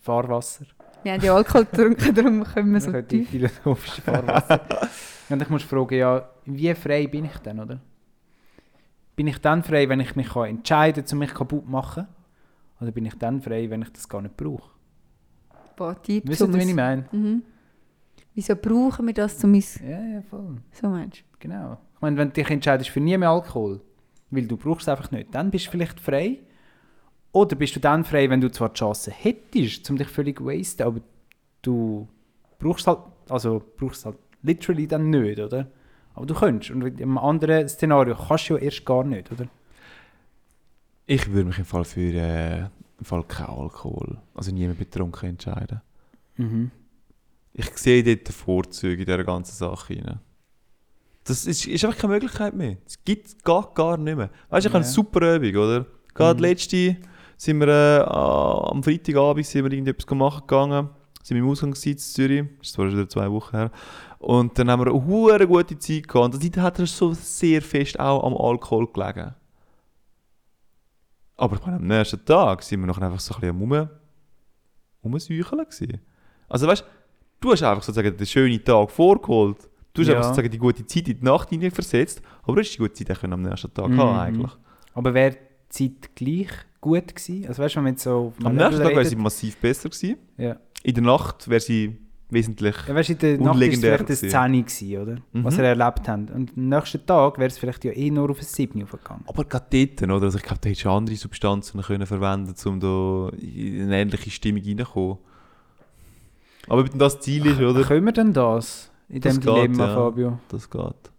E: Fahrwasser.
C: Wir haben ja Alkohol getrunken, darum können wir so
E: Dann könnte ich
C: tief.
E: philosophische Fahrwasser. Und ich muss fragen, ja, wie frei bin ich denn, oder? Bin ich dann frei, wenn ich mich kann entscheiden kann, um mich kaputt zu machen? Oder bin ich dann frei, wenn ich das gar nicht brauche?
C: Boah, tief
E: Wisst ihr,
C: um
E: wie ich
C: uns-
E: meine?
C: Mhm. Wieso brauchen wir das, um uns...
E: Ja, ja, voll.
C: So meinst du?
E: Genau. Ich meine, wenn du dich entscheidest für nie mehr Alkohol, weil du brauchst es einfach nicht, dann bist du vielleicht frei. Oder bist du dann frei, wenn du zwar die Chance hättest, um dich völlig zu wasten, aber du brauchst halt, also brauchst halt literally dann nicht, oder? Aber du könntest. Und im anderen Szenario kannst du ja erst gar nicht, oder?
D: Ich würde mich im Fall für äh, im Fall kein Alkohol, also niemand betrunken entscheiden. Ich sehe dort den Vorzug in dieser ganzen Sache rein. Das ist, ist einfach keine Möglichkeit mehr. Es gibt gar, gar nicht mehr. Weißt du, ich habe eine
E: Ja.
D: super Übung, oder?
E: Mhm.
D: Gerade letzte sind wir äh, a- am Freitagabend sind wir irgendetwas machen gegangen. Sind wir im Ausgang gewesen, in Zürich. Das ist zwar schon wieder zwei Wochen her. Und dann haben wir eine hure gute Zeit gehabt. Und die hat er so sehr fest auch am Alkohol gelegen. Aber ich meine, am nächsten Tag sind wir noch einfach so ein bisschen am Rum- Rumsäucheln gewesen. Also weißt du, du hast einfach sozusagen den schönen Tag vorgeholt. Du hast
E: Ja.
D: einfach sozusagen die gute Zeit in die Nacht hinein versetzt. Aber du hast die gute Zeit auch können am nächsten Tag
E: Mhm.
D: haben eigentlich.
E: Aber wäre die Zeit gleich gut gewesen? Also weißt du, wenn wir jetzt so auf
D: Am
E: einem
D: nächsten Tag
E: Level
D: wäre sie
E: reden-
D: massiv besser gewesen.
E: Ja.
D: In der Nacht wäre sie wesentlich...
E: Ja, weißt du, in der Nacht war es
D: Unlegendär
E: vielleicht eine
D: gewesen. Mhm.
E: Szene, gewesen, oder? Was ihr erlebt habt. Und am nächsten Tag wäre es vielleicht ja eh nur auf ein 7 aufgegangen.
D: Aber gerade dort, oder? Also ich glaube, da hättest du andere Substanzen können verwenden um da in eine ähnliche Stimmung reinzukommen. Aber wenn das Ziel ist, oder?
E: Können wir denn das in
D: Das
E: dem
D: geht,
E: Dilemma,
D: ja.
E: Fabio?
D: Das geht.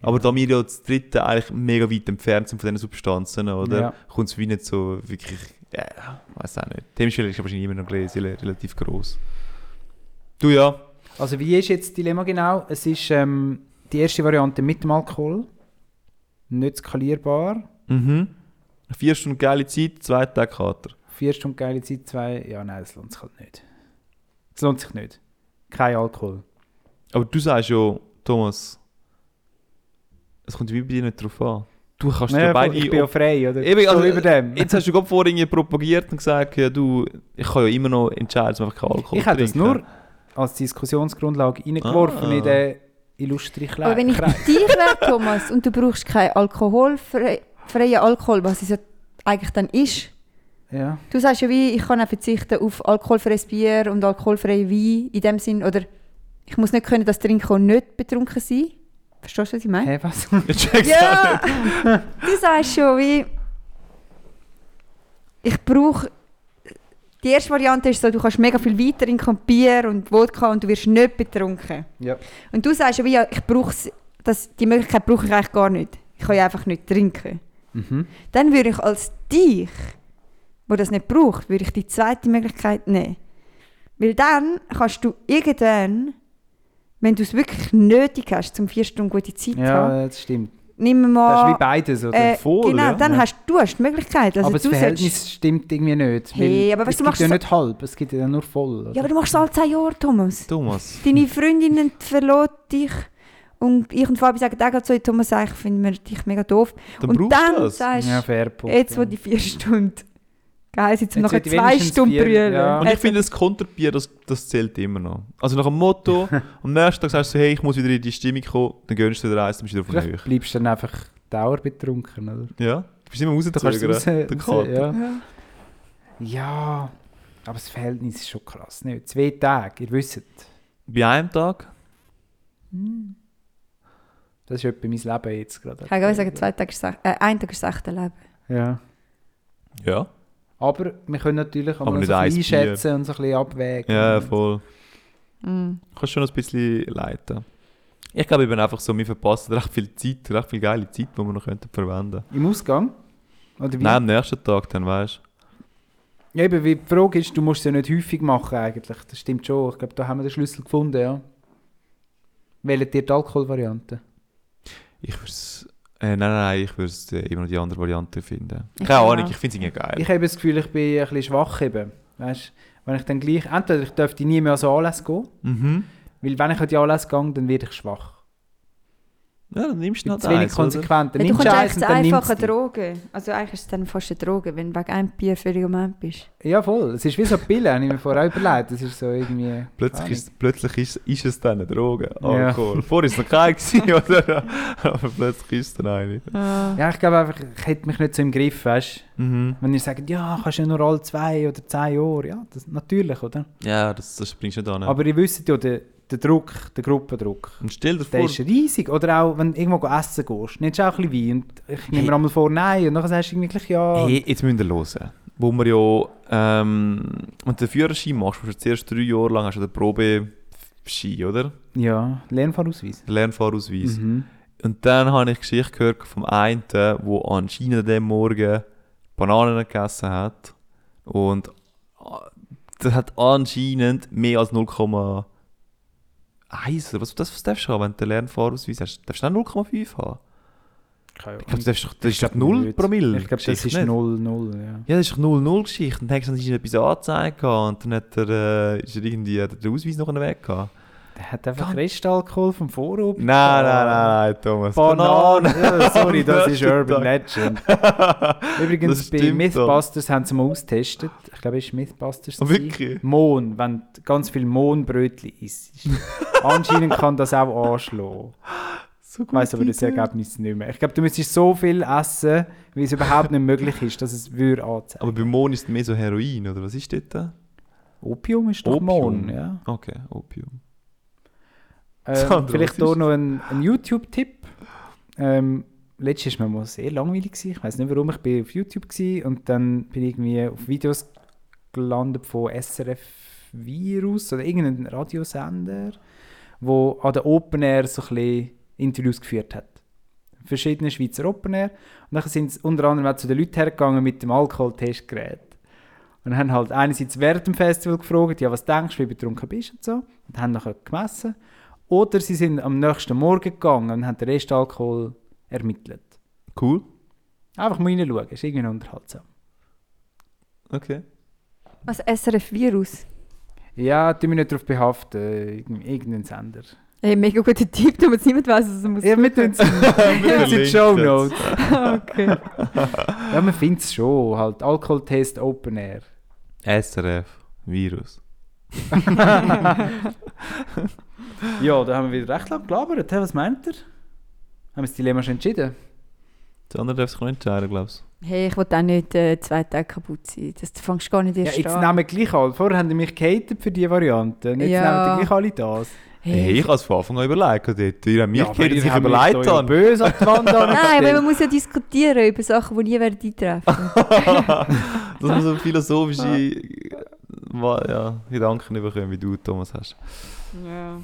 D: Aber da wir ja das dritte eigentlich mega weit entfernt sind von diesen Substanzen, oder?
E: Ja.
D: Kommt es wie nicht so wirklich. Ja, weiß auch nicht. Die Hemmschwelle ist wahrscheinlich immer noch rel- relativ groß. Du ja.
E: Also wie ist jetzt das Dilemma genau? Es ist, ähm, die erste Variante mit dem Alkohol. Nicht skalierbar.
D: Mhm. Vier Stunden geile Zeit, zwei Tage Kater.
E: Vier Stunden geile Zeit, zwei. Ja, nein, das lohnt sich halt nicht. Es lohnt sich nicht. Kein Alkohol.
D: Aber du sagst ja, Thomas, es kommt wie bei dir nicht drauf an. Du kannst ja,
E: Ja, voll,
D: beide...
E: ich bin ja
D: Op-
E: frei, oder?
D: Eben, also,
E: so Äh, über dem.
D: Jetzt hast du gerade vorhin irgendwie propagiert und gesagt, ja, du, ich kann ja immer noch entscheiden, dass man einfach keinen Alkohol
E: ich habe das
D: trinken.
E: nur als Diskussionsgrundlage reingeworfen
D: Ah.
E: in den illustri Kle-
C: Aber wenn ich
E: Kreis.
C: bei dir wäre, Thomas, und du brauchst keinen alkoholfreien Alkohol, was es ja eigentlich dann ist,
E: Ja.
C: du sagst ja wie, ich kann auch verzichten auf alkoholfreies Bier und alkoholfreien Wein in dem Sinn, oder ich muss nicht können, das trinken und nicht betrunken sein. Verstehst du, was ich meine?
E: Hä, was?
D: Ich check's auch
C: Ja!
D: nicht.
C: du sagst schon, wie. Ich brauche. Die erste Variante ist so, du kannst mega viel weiter in Bier und Wodka und du wirst nicht betrunken.
E: ja.
C: Und du sagst schon, wie, ja, ich brauch's, das, die Möglichkeit brauche ich eigentlich gar nicht. Ich kann ja einfach nicht trinken.
E: Mhm.
C: Dann würde ich als dich, wo das nicht braucht, würde ich die zweite Möglichkeit nehmen. Weil dann kannst du irgendwann, wenn du es wirklich nötig hast, zum vier Stunden gute Zeit zu haben,
E: ja, das stimmt.
C: nimm mal...
E: Das ist wie beides, oder?
C: Äh,
D: voll,
C: genau,
D: ja.
C: dann
E: Ja.
C: hast du hast die Möglichkeit. Also
E: aber das
C: du
E: Verhältnis
C: solltest-
E: stimmt irgendwie nicht.
C: Hey,
E: weil
C: aber weißt
E: es
C: du,
E: gibt
C: machst
E: ja
C: so-
E: nicht halb, es gibt ja nur voll. Oder?
C: Ja, aber du machst es alle zwei Jahre, Thomas.
D: Thomas,
C: Deine Freundinnen verlässt dich. Und ich und Fabi sagen, der geht so, Thomas, eigentlich finden wir dich mega doof.
D: dann
C: und
D: brauchst
C: dann
D: du das.
C: sagst
E: ja,
C: du,
E: fair Punkt,
C: jetzt wo
E: ja.
C: die vier Stunden geil sind, um
E: Jetzt
C: nachher
E: sollte ich
C: zwei
E: wenigstens
C: Stunden
E: vier,
C: brüllen.
E: ja.
D: Und ich finde, das Konterbier, das, das zählt immer noch. Also nach dem Motto, am nächsten Tag sagst du, hey, ich muss wieder in die Stimmung kommen, dann gönnst du dir eins, dann bist du wieder auf der Höhe.
E: Vielleicht bleibst du dann einfach dauerbetrunken, oder?
D: Ja? Du bist immer
E: Du kannst raus,
D: rauszögern, der
E: raus,
D: Kater.
E: ja.
C: Ja.
E: ja, aber das Verhältnis ist schon krass. Nicht? Zwei Tage, ihr wisst,
D: Bei einem Tag,
E: das ist etwa mein Leben jetzt gerade.
C: Ich kann gar sagen, zwei Tage ist sech- äh, ein Tag ist das echte Leben.
E: Ja.
D: ja.
E: Aber wir können natürlich auch
D: Aber
E: mal
D: nicht
E: so ein
D: eins
E: bisschen einschätzen und so ein bisschen abwägen.
D: Ja, voll.
C: Mm.
D: kannst schon ein bisschen leiten. Ich glaube, ich bin einfach so, wir verpassen recht viel Zeit, recht viel geile Zeit, die wir noch könnten verwenden
E: Im Ausgang? Oder wie?
D: Nein, am nächsten Tag dann, weißt du.
E: Ja, eben, wie die Frage ist, du musst es ja nicht häufig machen eigentlich. Das stimmt schon. Ich glaube, da haben wir den Schlüssel gefunden, ja. Wählt ihr die Alkoholvariante?
D: Ich würde es. Äh, nein, nein, nein, ich würde es äh, immer noch die andere Variante finden.
C: Ich
D: Keine
C: auch.
D: Ahnung, ich finde es irgendwie geil.
E: Ich habe das Gefühl, ich bin ein bisschen schwach eben. Weißt, wenn ich dann gleich, entweder ich dürfte nie mehr an so Anlässe gehen,
D: mhm.
E: weil wenn ich an die Anlässe gehe, dann werde ich schwach.
D: Ja, dann nimmst
E: Ich
D: du
E: bin
D: noch
E: zu wenig
D: eins, oder?
E: konsequent. Dann
C: Ja, du
E: nimmst
C: kannst
E: du eins
C: eigentlich
E: und
C: zu
E: dann nimmst
C: einfachen
E: du die.
C: Drogen. Also eigentlich ist es dann fast eine Droge, wenn du wegen einem Bier völlig am Ende bist.
E: Ja, voll. Es ist wie so eine Pille, habe ich mir vorher auch überlegt. Das ist so irgendwie...
D: Plötzlich, ist, plötzlich ist, ist es dann eine Droge,
E: Ja.
D: Alkohol. Vorher ist es noch kein gewesen, oder? Aber plötzlich ist es dann eine.
E: Ja, ich glaube einfach, ich hätte mich nicht so im Griff, weißt
D: Mhm.
E: Wenn ihr sagt, ja, kannst ja nur alle zwei oder zehn Jahre, ja, das, natürlich, oder?
D: Ja, das, das bringst du nicht an.
E: Aber ihr wisst ja, der, der Druck, der Gruppendruck,
D: Und stell dir vor,
E: der ist riesig. Oder auch, wenn du irgendwo go essen gehst, nimmst du auch ein bisschen Wein und ich nehme mir einmal vor, nein, und dann sagst du wirklich, ja,
D: Hey, jetzt müssen wir hören. Wo wir ja, ähm, wenn du den Führerschein machst, musst du zuerst drei Jahre lang hast du den Probeschein, oder?
E: ja, Lernfahrausweis.
D: Den Lernfahrausweis.
E: Mhm.
D: Und dann habe ich Geschichte gehört vom einen, der anscheinend an dem Morgen Bananen gegessen hat. Und ah, das hat anscheinend mehr als 0,1 oder was, das, was darfst du haben, wenn du den Lernfahrausweis hast? Darfst du nicht 0,5 haben? Ich glaube, du darfst, das ist glaub, 0
E: Nicht.
D: Promille.
E: Ich glaube, das
D: Geschichte,
E: ist
D: nicht?
E: 0-0, ja.
D: Ja, das ist 0-0-Geschichte. Und dann hat er etwas angezeigt gehabt und dann hat er, äh, ist er irgendwie hat der Ausweis noch weg gehabt.
E: Der hat einfach
D: Ganz-
E: Restalkohol vom Vorhof.
D: Nein, nein, nein, nein, Thomas.
E: Banane! Ja, sorry, das ist
D: Am
E: Urban
D: nächsten
E: Legend.
D: Tag. Das
E: Übrigens, bei
D: stimmt
E: Mythbusters haben sie mal ausgetestet. Ich glaube, es ist Mythbusters.
D: Oh,
E: gewesen.
D: wirklich?
E: Mohn, wenn du ganz viel Mohnbrötli isst. Anscheinend kann das auch anschlagen.
D: So
E: Ich weiss aber
D: gute
E: das
D: Idee.
E: Ergebnis nicht mehr. Ich glaube, du müsstest so viel essen, wie es überhaupt nicht möglich ist, dass es würde anzeigen.
D: Aber bei Mohn ist es mehr so Heroin, oder was ist dort? da?
E: Opium ist doch
D: Opium.
E: Mohn, ja.
D: Okay, Opium.
E: Ähm,
D: Sandra,
E: vielleicht
D: was
E: hier
D: ist
E: noch ein, ein YouTube-Tipp. Ähm, letztes war mir mal sehr langweilig. Gewesen. Ich weiß nicht warum. Ich bin auf YouTube gewesen und dann bin ich irgendwie auf Videos gelandet von SRF Virus oder irgendeinem Radiosender, wo an der Open Air so ein bisschen Interviews geführt hat. Verschiedene Schweizer Open Air. Und dann sind sie unter anderem auch zu den Leuten hergegangen mit dem Alkoholtestgerät. Und haben halt einerseits während dem Festival gefragt, ja, was denkst du, wie betrunken bist und so. Und haben nachher gemessen. Oder sie sind am nächsten Morgen gegangen und haben den Restalkohol ermittelt.
D: Cool.
E: Einfach mal reinschauen, ist irgendwie noch unterhaltsam.
D: Okay.
C: Was SRF-Virus?
E: Ja, tun wir nicht darauf behaften, irgendein irgendein Sender.
C: Hey, mega guter Tipp, damit es niemand weiß, was er muss.
E: Ja, mit uns in den
D: Verlinkt
E: Show
D: jetzt.
E: Notes.
C: okay.
E: Ja, man findet es schon, halt Alkoholtest Open Air.
D: SRF. Virus.
E: Ja, da haben wir wieder recht lang gelabert, hä? was meint ihr? Haben wir das Dilemma schon entschieden?
D: Der andere darf sich noch entscheiden, glaubst
C: Hey, ich will auch nicht äh, zwei Tage kaputt sein. Das du fängst gar nicht
E: Ja,
C: erst
E: jetzt
C: an.
E: nehmen wir gleich alle. Vorher haben die mich gehatet für diese Variante. Jetzt
C: Ja.
E: nehmen wir gleich alle das.
D: du? Hey, ich habe es von Anfang an überlegt. dort. Ihr habt mich
E: aber
D: gehört,
E: ihr
D: dass ich
E: habt mich
D: überlegt
E: da ja
D: habe.
E: böse an die Wand
C: Nein, weil
E: angestellt.
C: man muss ja diskutieren über Sachen, die nie werden eintreffen.
D: das muss so philosophische wa- ja, Gedanken bekommen, wie du, Thomas, hast.
C: ja.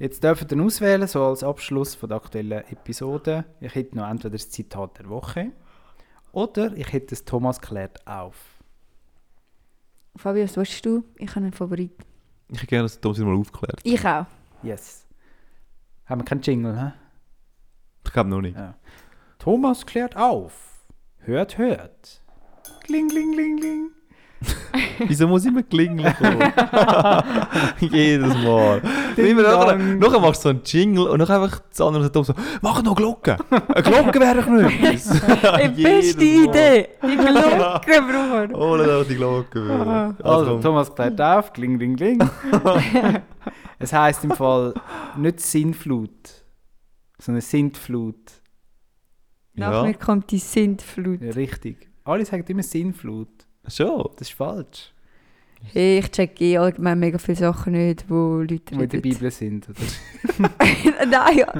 E: Jetzt dürft ihr auswählen, so als Abschluss von der aktuellen Episode. Ich hätte noch entweder das Zitat der Woche oder ich hätte das Thomas klärt auf.
C: Fabio, was willst du? Ich habe einen Favorit.
D: Ich hätte gerne, dass Thomas wieder mal aufklärt.
C: Ich auch.
E: Yes. Haben wir keinen Jingle, hä?
D: Ich glaube noch nicht.
E: Thomas klärt auf. Hört, hört. Kling, kling, kling, kling.
D: Wieso muss ich immer klingeln? kommen? Jedes Mal.
E: Ding
D: Immer nachher,
E: dong.
D: nachher machst du so einen Jingle und nachher einfach das andere Tom so, mach noch Glocke. Eine Glocke wäre doch noch etwas.
C: Die
D: Jedes
C: beste
D: Mal.
C: Idee! Die Glocke, Bruder!
D: Oh, dann auch die Glocke.
C: Ah.
D: wieder.
E: Also,
D: komm.
E: Thomas klärt auf. Kling, kling, kling. es heisst im Fall nicht Sinnflut, sondern Sintflut.
C: Nach
D: ja,
C: mir kommt die Sintflut.
E: Ja, richtig. Alle sagen immer Sinnflut.
D: schon.
E: Das ist falsch.
C: Hey, ich check eh allgemein mega viele Sachen nicht, wo Leute
E: Die in der
C: reden.
E: Bibel sind. Oder?
C: Nein, ja.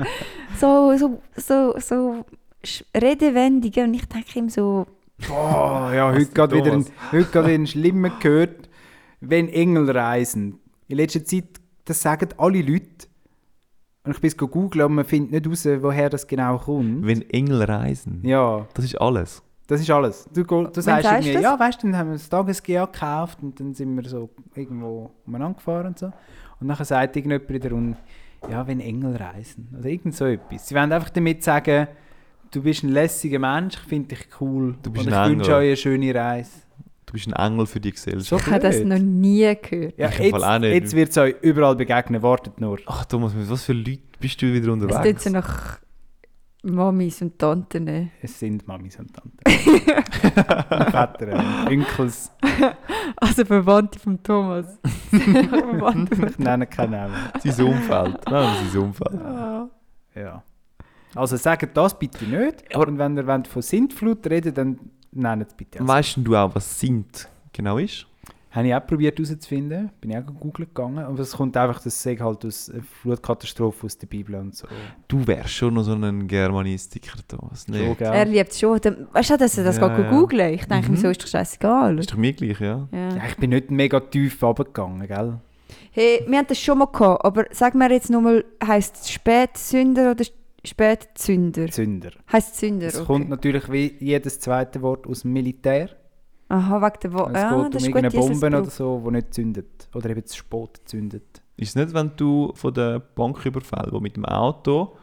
C: so, so, so, so sch- redewendige und ich denke ihm so,
E: Boah, ja, heute
D: der
E: gerade wieder, ein-
D: Thomas.
E: heute gerade wieder einen schlimmen gehört, wenn Engel reisen. In letzter Zeit, das sagen alle Leute. Und ich bin es googeln und man findet nicht raus, woher das genau kommt.
D: Wenn Engel reisen.
E: Ja,
D: Das ist alles.
E: das ist alles. Du, go- du sagst
C: sagst
E: irgendwie,
C: das?
E: ja, weißt du, dann haben wir das Tagesgea gekauft und dann sind wir so irgendwo umeinander gefahren und so. Und dann sagt irgendjemand in der Runde, ja, wenn Engel reisen. Oder irgend so etwas. Sie wollen einfach damit sagen, du bist ein lässiger Mensch, ich finde dich cool.
D: Du bist
E: und ich
D: ein
E: wünsche
D: Engel.
E: euch eine schöne Reise.
D: Du bist ein Engel für die Gesellschaft.
C: ich habe das noch nie gehört.
E: Ja,
D: Ich im Fall auch
E: jetzt,
D: nicht.
E: jetzt wird es euch überall begegnen, wartet nur.
D: Ach Thomas, mit was für Leute bist du wieder
C: Es tut
D: unterwegs?
C: so nach Mamis und Tanten.
E: Es sind Mamis und Tanten. und Väter und Onkels.
C: Also Verwandte von Thomas. Verwandte von
E: Ich nenne keinen Namen.
D: Sein Umfeld. Nein, sein Umfeld.
E: Ja. Also sagt das bitte nicht. und wenn ihr wollt von Sintflut reden dann nennt es bitte. Also.
D: Weißt denn du auch, was sind genau ist?
E: Habe ich auch probiert herauszufinden. Bin ich auch gegoogelt gegangen. Aber es kommt einfach, das sagt halt aus äh, Flutkatastrophe aus der Bibel und so.
D: Du wärst schon noch so ein Germanistiker, Thomas. Nee.
E: So, gell?
C: Er liebt es schon. Dann- Weißt du, dass er das
D: Ja,
C: gerade
D: ja.
C: googeln Ich denke
E: Mhm.
C: ihm so, ist doch scheißegal.
D: Ist doch mir gleich, ja?
C: Ja.
E: ja, ich bin nicht mega tief runtergegangen, gell?
C: Hey, wir haben das schon mal gehabt, aber sag mir jetzt nochmal, heisst es Spätzünder oder Spätzünder?
E: Zünder.
C: Heisst es Zünder?
E: Es
C: okay.
E: kommt natürlich wie jedes zweite Wort aus dem Militär.
C: Aha, wegen der Wo
E: Es
C: Oh, ja,
E: geht
C: das
E: um
C: ist gut,
E: irgendeine
C: die haben es
E: Bombe oder
C: gebraucht.
E: so, die nicht zündet. Oder eben zu spät zündet.
C: Oh,
D: Ist es nicht, wenn du von den Banküberfällen, die mit dem Auto,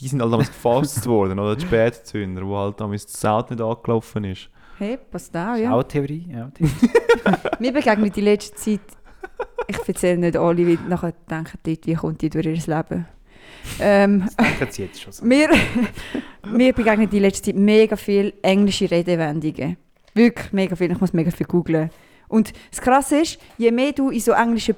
D: die sind halt damals gefasst worden, oder? Die Spätzünder, wo halt damals das Auto nicht angelaufen ist.
C: Hey, passt auch,
E: Ja.
C: ja.
E: Auch eine Theorie. Ja, Theorie.
C: Mir begegnet in letzter Zeit, ich erzähle nicht alle, weil nachher denken die Leute, wie kommt die durch ihr Leben. Ähm,
E: Denken Sie jetzt schon so.
C: mir, mir begegnet in letzter Zeit mega viel englische Redewendungen. Wirklich mega viel, ich muss mega viel googlen. Und das Krasse ist, je mehr du in so englischen,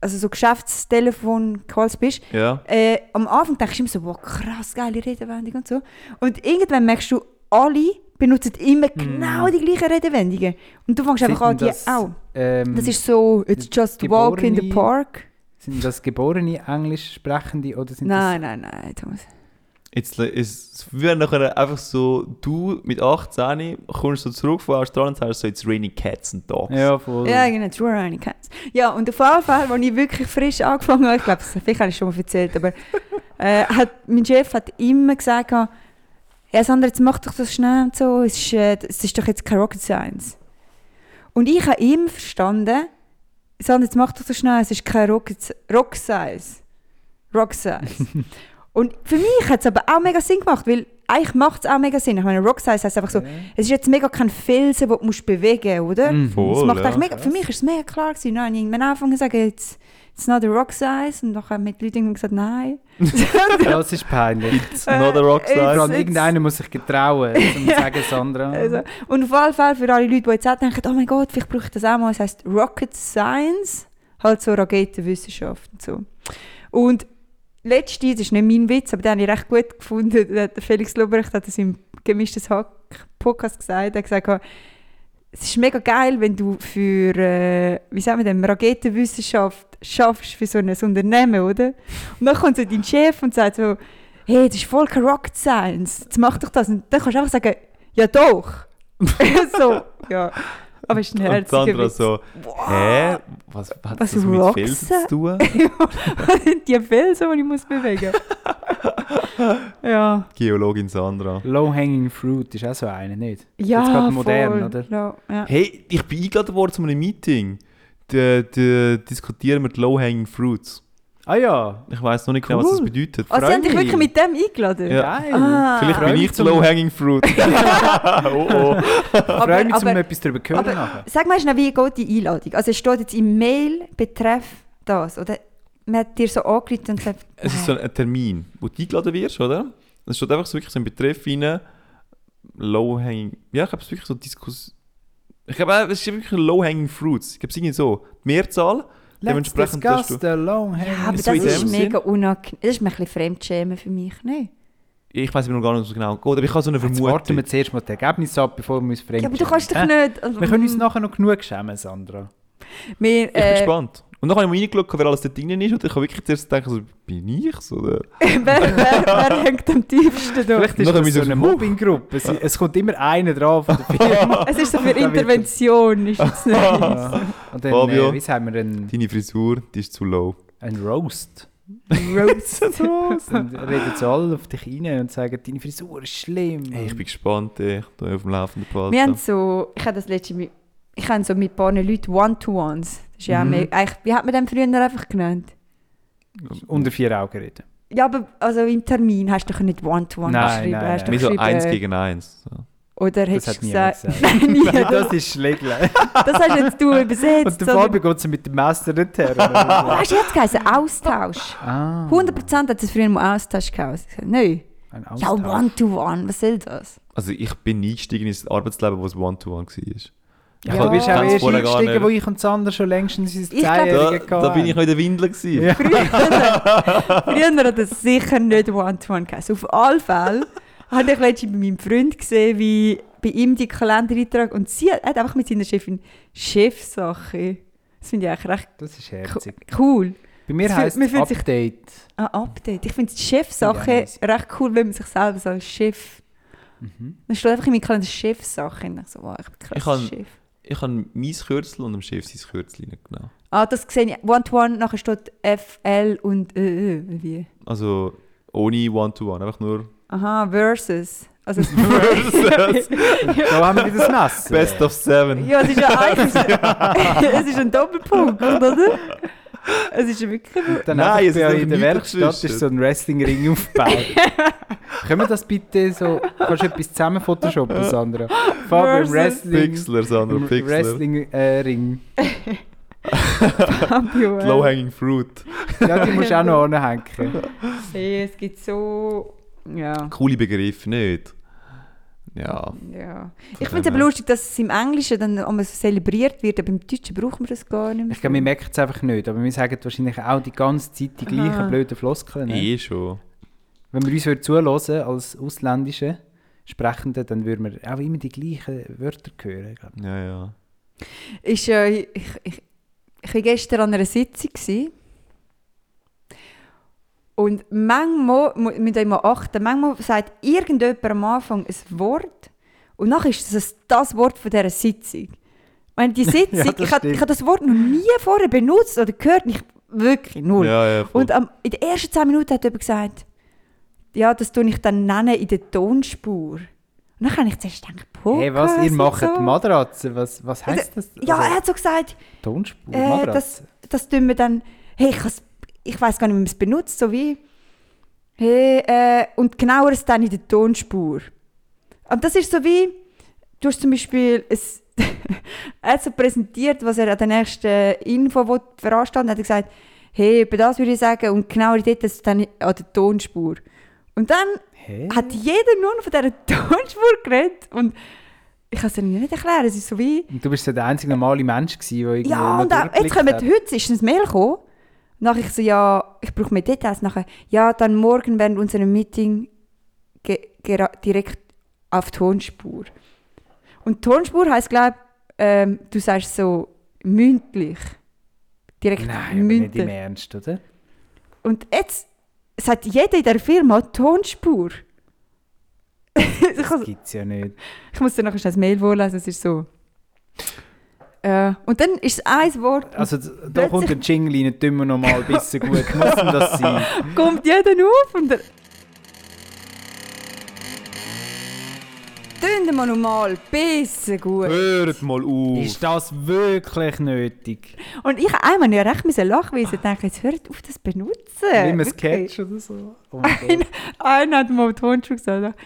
C: also so Geschäftstelefon-Calls bist,
D: Ja.
C: äh, am Anfang denkst du immer so, wow, krass, geile Redewendung und so. Und irgendwann merkst du, alle benutzen immer genau die gleichen Redewendungen. Und du fängst einfach an,
E: Sind
C: die
E: das,
C: auch.
E: Ähm,
C: Das ist so, it's just walk in the
E: geborene-
C: park.
E: sind das geborene Englisch sprechende oder sind
C: Nein, nein, nein, Thomas.
D: Jetzt le- ist es wäre nachher einfach so, du mit 18 kommst so zurück von Australien und sagst so, it's raining cats and dogs.
E: das? Ja, voll.
C: Ja, genau, True Running Cats. Ja, und auf jeden Fall, als ich wirklich frisch angefangen habe, ich glaube, das- vielleicht habe ich es schon mal erzählt, aber äh, hat, mein Chef hat immer gesagt, ah, ja, Sandra, jetzt mach doch das schnell und so, es ist, äh, es ist doch jetzt keine Rocket Science. Und ich habe immer verstanden, Sandra, jetzt mach doch das schnell, es ist keine Rocket, Rock Science. Rock Size. und für mich hat es aber auch mega Sinn gemacht, weil eigentlich macht es auch mega Sinn. Ich meine, Rock Size heisst einfach so, "Äh, es ist jetzt mega kein Felsen, den du musst bewegen musst, oder?
D: Mhm. Voll,
C: das macht
D: ja.
C: eigentlich mega, für mich war es mega klar. Gewesen. Dann habe ich irgendwann angefangen zu sagen, jetzt it's not a rock size. Und dann haben die Leute irgendwann gesagt, nein.
E: Das ist peinlich.
D: It's not a rock
C: Äh,
D: size.
E: Vor allem
C: jetzt-
E: irgendeiner muss sich getrauen, um zu sagen, Sandra.
C: Also, und auf alle Fälle für alle Leute, die jetzt auch denken, oh mein Gott, vielleicht brauche ich das auch mal. Es heisst Rocket Science, halt so Raketenwissenschaft und so. Und letztens, das ist nicht mein Witz, aber den habe ich recht gut gefunden, der Felix Lobrecht hat das im gemischtes Hack-Podcast gesagt, er hat gesagt, es ist mega geil, wenn du für, äh, wie sagen wir denn, Raketenwissenschaft schaffst für so ein Unternehmen, oder? Und dann kommt so dein Chef und sagt so, hey, das ist voll keine Rocket Science, jetzt mach doch das. Und dann kannst du einfach sagen, ja doch. so, ja. Aber es ist ein
D: Und
C: herziger
D: Sandra
C: Witz.
D: so, hä? Was, was hat
C: Was
D: das mit
C: Rock
D: Felsen
C: Size?
D: zu tun?
C: Was sind die Felsen, die ich muss bewegen muss? ja.
D: Geologin Sandra.
E: Low-hanging fruit ist auch so einer, nicht?
C: Ja,
E: Jetzt gerade modern,
C: voll.
E: oder?
C: Ja, ja.
D: Hey, ich bin eingeladen worden zu einem Meeting. Da, da diskutieren wir die Low-Hanging Fruits.
E: Ah ja,
D: Ich weiß noch nicht genau, was das
E: Cool.
D: bedeutet.
C: Also, sie haben dich
E: mich.
C: wirklich mit dem eingeladen?
D: Ja.
E: geil.
C: Ah.
D: Vielleicht
E: Freu
D: bin
E: mich
D: ich die
E: zum-
D: Low-Hanging Fruit. oh, oh.
E: Ich freue mich, um
C: aber-
E: etwas darüber zu hören.
C: aber-
E: nachher.
C: Sag mal schnell, wie geht die Einladung? Also es steht jetzt im Mail betreff das, oder? Man hat dir so angerufen und gesagt,
D: Es ist so ein Termin, wo du eingeladen wirst, oder? Es steht einfach so wirklich so ein Betreff rein. Low-Hanging... Ja, ich glaube, es ist wirklich so Diskus... Ich glaube, auch, es ist wirklich Low-Hanging Fruits. Ich glaube, es ist irgendwie so. Die Mehrzahl,
E: Let's
D: dementsprechend darfst
E: discuss
D: du...
E: the
C: ja,
E: low-hanging
C: aber
D: so
C: das
D: in
C: ist
D: dem
C: mega unangenehm. Das ist mir ein bisschen Fremdschämen für mich, ne?
D: Ich weiß noch gar nicht, was es genau geht, aber ich habe so eine
E: Jetzt warten
D: Vermutung.
E: wir zuerst mal das Ergebnis ab, bevor wir uns fremd
C: Ja, aber du kannst dich nicht... Also,
E: Wir können uns nachher noch genug schämen, Sandra.
C: wir,
D: Ich bin
C: äh,
D: gespannt. Und dann habe ich mal reingeschaut, wer alles da drinnen ist und ich habe wirklich zuerst gedacht, so, bin ich's, oder?
C: wer, wer, wer hängt am tiefsten da?
E: Vielleicht ist
D: Nachher
E: das so
D: müssen wir-
E: eine Mobbinggruppe. Es, es kommt immer einer dran von der Firma.
C: Es ist so für
E: Da wird-
C: Intervention, ist jetzt nicht.
E: Und dann,
D: Fabio.
E: äh, wie sagen wir, ein,
D: Deine Frisur, die ist zu low.
E: ein Roast.
C: Roast.
E: Dann reden sie alle auf dich rein und sagen, deine Frisur ist schlimm.
D: Hey, ich bin gespannt, ey. ich bin auf dem laufenden Pfad.
C: Wir haben so, ich habe das letzte mit, ich habe so mit ein paar Leuten One-to-Ones. Das ist ja
E: Mhm.
C: mhm. eigentlich, wie hat man den früher einfach genannt?
E: Unter vier Augen reden.
C: Ja, aber also im Termin hast du doch nicht One-to-One
E: Nein,
C: geschrieben.
E: nein,
C: hast du
D: Wir
C: doch
D: so eins
C: geschrieben, äh,
D: gegen eins. So.
C: Oder hättest
E: Das
C: du
E: hat niemand
C: gesagt...
E: gesagt.
C: Nein, nie.
E: das ist Schlägle.
C: Das hast jetzt du
E: Und
C: übersetzt.
E: der
C: sondern-
E: Fabio geht sie mit dem Messer nicht her.
C: Weißt du, jetzt geheißen Austausch.
E: ah,
C: 100% hat es früher mal Austausch geheißen. Nein.
E: ein
C: Ja,
E: Austausch.
C: One-to-One, was soll das?
D: Also ich bin eingestiegen ins Arbeitsleben, wo es One-to-One war.
E: Ja,
C: Ja.
E: du bist auch
C: Kann's
E: erst
D: vorher gar nicht.
E: eingestiegen, wo ich und Sander schon längst in sein
C: Ich glaub-
D: Da,
E: Zehnjährige
D: da bin ich noch in der Windel. gewesen.
E: Ja.
C: Früher, früher hat es sicher nicht One-to-One geheißen. Auf alle Fälle habe ich letztens bei meinem Freund gesehen, wie bei ihm die Kalender eintrag und sie hat einfach mit seiner Chefin Chefsache. Das finde ich eigentlich recht
E: Das ist herzig.
C: cool.
E: Bei mir
C: Das fühlt-
E: heisst
C: man fühlt sich-
E: Update.
C: Ein Update. Ich finde die Chefsache
E: Ja, nice.
C: recht cool, wenn man sich selber so als Chef.
E: Mhm.
C: Dann steht einfach in meinem Kalender Chefsache. Und ich so, wow, ich bin krass
D: Ich kann-
C: Chef.
D: Ich habe mein Kürzel und dem Chef sein Kürzel nicht genau.
C: Ah, das sehe ich. One-to-one, nachher steht F, L und Ö, Ö, wie?
D: Also ohne One-to-One, einfach nur
C: Aha, versus. Also es-
D: Versus.
E: Da haben wir wieder das Messer.
D: Best of Seven.
C: ja, es ist ja eigentlich es ist ein Doppelpunkt, oder? Es ist ja wirklich...
E: Dann
D: Nein,
E: Nein,
D: es ist
E: bei
D: noch
E: euch in der
D: nichts
E: Werkstatt
D: dazwischen.
E: ist so ein Wrestling-Ring aufgebaut. Können wir das bitte so... Kannst du etwas zusammen photoshoppen, Sandra? Fabio im
C: Versus.
E: Wrestling... äh,
D: Pixler, Sandro,
E: Im
D: Pixler.
E: Wrestling-Ring.
C: Fabio,
D: Die Low-hanging fruit.
E: ja, die musst du auch noch anhängen.
C: hey, es gibt so... Ja,
D: Coole Begriff, nicht? Ja.
C: ja.
D: von
C: Ich
D: dem
C: finde es aber
D: her.
C: lustig, dass es im Englischen dann einmal so zelebriert wird, aber im Deutschen brauchen wir das gar nicht mehr.
E: Ich glaube, wir merken es einfach nicht, aber wir sagen wahrscheinlich auch die ganze Zeit die gleichen
C: Aha.
E: blöden Floskeln. ne?
D: Eh schon.
E: Wenn wir uns würden zuhören als ausländische Sprechende, dann würden wir auch immer die gleichen Wörter hören. glaub ich.
D: Ja, ja.
C: ist, äh, ich, ich, ich war gestern an einer Sitzung. Gewesen. Und manchmal, mu- müsst ihr mal achten, manchmal sagt irgendjemand am Anfang ein Wort und nachher ist es das Wort von dieser Sitzung. Ich meine, die Sitzung,
E: das
C: ich habe
E: stimmt.
C: ich hab das Wort noch nie vorher benutzt oder gehört, ich, wirklich null.
D: Ja, ja, voll.
C: Und am, in den ersten 10 Minuten hat jemand gesagt, ja, das tue ich dann nennen in der Tonspur. Und dann habe ich zuerst gedacht, Podcast
E: Hey, was? Ihr
C: und
E: macht
C: so.
E: Matratzen? Was, was heisst das?
C: Ja,
E: Also,
C: er hat so gesagt,
E: Tonspur,
C: äh, das,
E: Matratzen.
C: das tun wir dann. Hey, ich has- ich weiß gar nicht, wie man es benutzt, so wie hey, äh, und genaueres dann in der Tonspur. Und das ist so wie, du hast zum Beispiel es er hat so präsentiert, was er an der nächsten Info will veranstalten hat er gesagt, hey, über das würde ich sagen und genauer dort ist es dann an der Tonspur. Und dann
E: Hä?
C: hat jeder nur noch von dieser Tonspur geredet und ich kann es dir nicht erklären, es ist so wie...
E: Und du bist so der einzige normale Mensch, gewesen, der irgendwie
C: Ja,
E: noch
C: und auch, jetzt
E: durchgeblickt
C: kommen,
E: hat.
C: heute ist ein Mail gekommen. Nachher ich so, ja, ich brauche mehr Details. Nachher, ja, dann morgen während unserem Meeting ge gera- direkt auf Tonspur. Und Tonspur heisst, glaube ich, ähm, du sagst so mündlich. Direkt
E: Nein, aber nicht im
C: mündlich.
E: Ernst, oder?
C: Und jetzt sagt jeder in der Firma Tonspur. ich,
E: Das
C: muss-
E: gibt es ja nicht.
C: ich muss dir nachher schnell das Mail vorlesen, es ist so. Äh, und dann ist es ein Wort.
E: Also d- da kommt ein Jingle rein, tun wir nochmal ein bisschen gut. Muss denn das sein?
C: kommt jeder auf und er... Tönt mal normal, besser gut.
D: Hört mal auf.
E: Ist das wirklich nötig?
C: Und ich einmal ja recht müssen lachen, weil ich so dachte, jetzt hört auf das benutzen.
E: Nicht mehr
C: Äh, Wirklich.
E: Sketch oder so? Oh mein Gott.
C: Einer, einer hat mal die Handschuhe gesagt.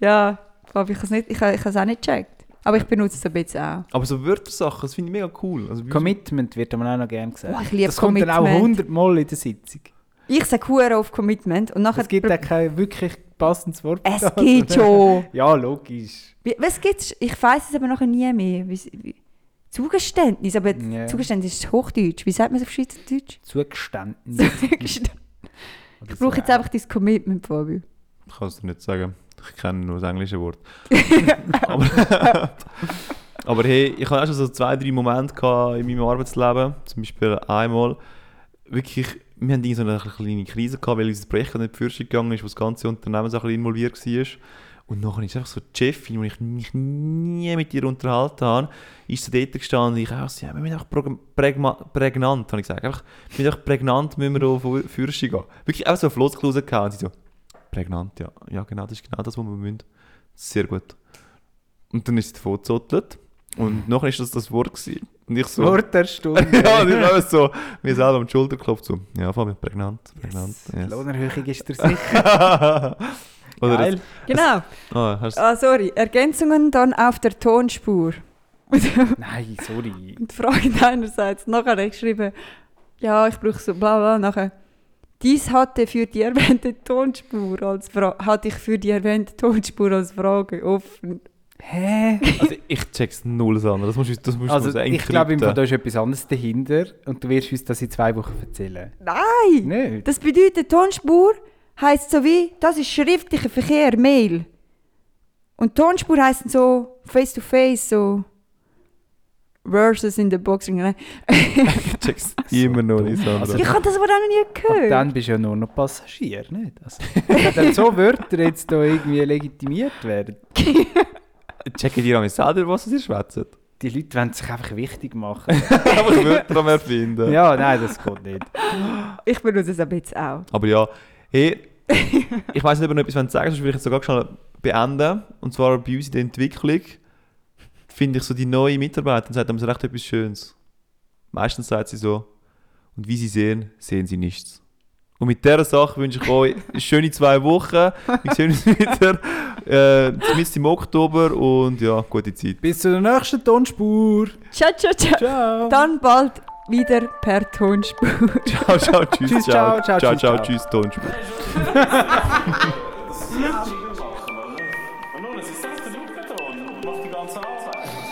C: Ja, Fabi, ich habe es nicht, ich, habe- ich habe es auch nicht gecheckt. Aber ich benutze es ein bisschen auch.
D: Aber so Wörtersachen, das finde ich mega cool. Also, bei uns-
E: Commitment wird man auch noch gerne gesagt.
C: Oh, ich liebe
E: das kommt dann auch
C: Commitment.
E: hundertmal in der Sitzung.
C: Ich sage Huren auf Commitment und nachher...
E: Es gibt auch kein wirklich passendes Wort. für
C: es
E: das,
C: gibt
E: oder?
C: schon.
E: Ja, logisch.
C: Wie- Was gibt's? Ich weiß es aber nachher nie mehr. Wie, wie, Zugeständnis, aber
E: Ja.
C: Zugeständnis ist Hochdeutsch. Wie sagt man es auf Schweizerdeutsch?
E: Zugeständnis.
C: Zugeständnis.
E: Oder
C: Ich brauche jetzt
E: so.
C: einfach dein Commitment, Fabio.
D: Ich kann es dir nicht sagen. Ich kenne nur das englische Wort. aber, aber hey, ich hatte auch schon so zwei, drei Momente gehabt in meinem Arbeitsleben. Zum Beispiel einmal, wirklich, wir hatten irgendwie so eine kleine Krise, gehabt, weil unser Projekt gerade nicht in die Fürste gegangen ist, wo das ganze Unternehmen so ein bisschen involviert war. Und nachher ist einfach so die Chefin, die ich mich nie mit ihr unterhalten habe, ist so dort gestanden und ich auch so, ja, wir müssen einfach prog- prägma- prägnant, habe ich gesagt, einfach, wir müssen einfach prägnant müssen wir auf Für- Fürste gehen. Wirklich einfach so eine Floskel rausgehauen und sie so, prägnant, ja. Ja, genau, das ist genau das, was wir müssen. Sehr gut. Und dann ist sie davon gezottelt. Und nachher ist das das Wort gewesen. Und ich so...
E: Wort der Stunde.
D: ja, und ich habe so mir selber am Schulter geklopft so, ja, Fabian, prägnant, prägnant.
E: Yes.
D: Yes.
E: Lohnerhöhung ist der sicher.
D: Oder das-
E: Geil.
C: Genau.
D: Ah, hast du
C: Ah, sorry. Ergänzungen dann auf der Tonspur.
E: Nein, sorry.
C: Und die Frage einerseits. Nachher habe ich geschrieben, ja, ich brauche so bla bla. Nachher, dies hatte für die erwähnte Tonspur als Fra hatte ich für die erwähnte Tonspur als Frage offen.
E: Hä?
D: also ich check's null, Sandra. Das musst du, das musst
E: Also,
D: du
E: ich glaube, im Fall, da
D: entkrypten.
E: ist etwas anderes dahinter und du wirst uns das in zwei Wochen erzählen.
C: Nein!
E: Nicht?
C: Das bedeutet, Tonspur heisst so wie, das ist schriftlicher Verkehr, Mail. Und Tonspur heisst so face-to-face, so versus in der Boxing. Nein.
D: Ich check's immer noch nicht, Sandra.
E: Also-
C: ne? Ich habe das aber auch noch nie
E: Und
C: gehört.
E: dann bist du ja nur noch Passagier, nicht? Also, wenn dann so Wörter jetzt da irgendwie legitimiert werden.
D: Checkt ihr auch selber, was ihr schwätzt?
E: Die Leute wollen sich einfach wichtig machen.
D: Aber ich würde daran erfinden.
E: ja, nein, das geht nicht.
C: ich benutze es ein bisschen auch.
D: Aber ja, hey, ich weiß nicht, ob ihr noch etwas wollt sagen wollt, sonst würde ich es sogar schnell beenden. Und zwar bei uns in der Entwicklung finde ich so die neue Mitarbeiterin, sagt haben sie recht etwas Schönes. Meistens sagt sie so, und wie sie sehen, sehen sie nichts. Und mit dieser Sache wünsche ich euch eine schöne zwei Wochen. Wir sehen uns wieder, äh, zumindest im Oktober und ja, gute Zeit.
E: Bis zur nächsten Tonspur.
C: Ciao, ciao, ciao.
E: Ciao.
C: Dann bald wieder per Tonspur.
D: Ciao, ciao, tschüss,
E: Tschüss,
D: ciao,
E: ciao, ciao,
D: ciao,
E: tschüss,
D: ciao,
E: ciao.
D: tschüss, Tonspur.
A: Das ist ein Jingle machen, oder? Und nun, es ist selbst der Luftbeton und macht die ganze Arbeit.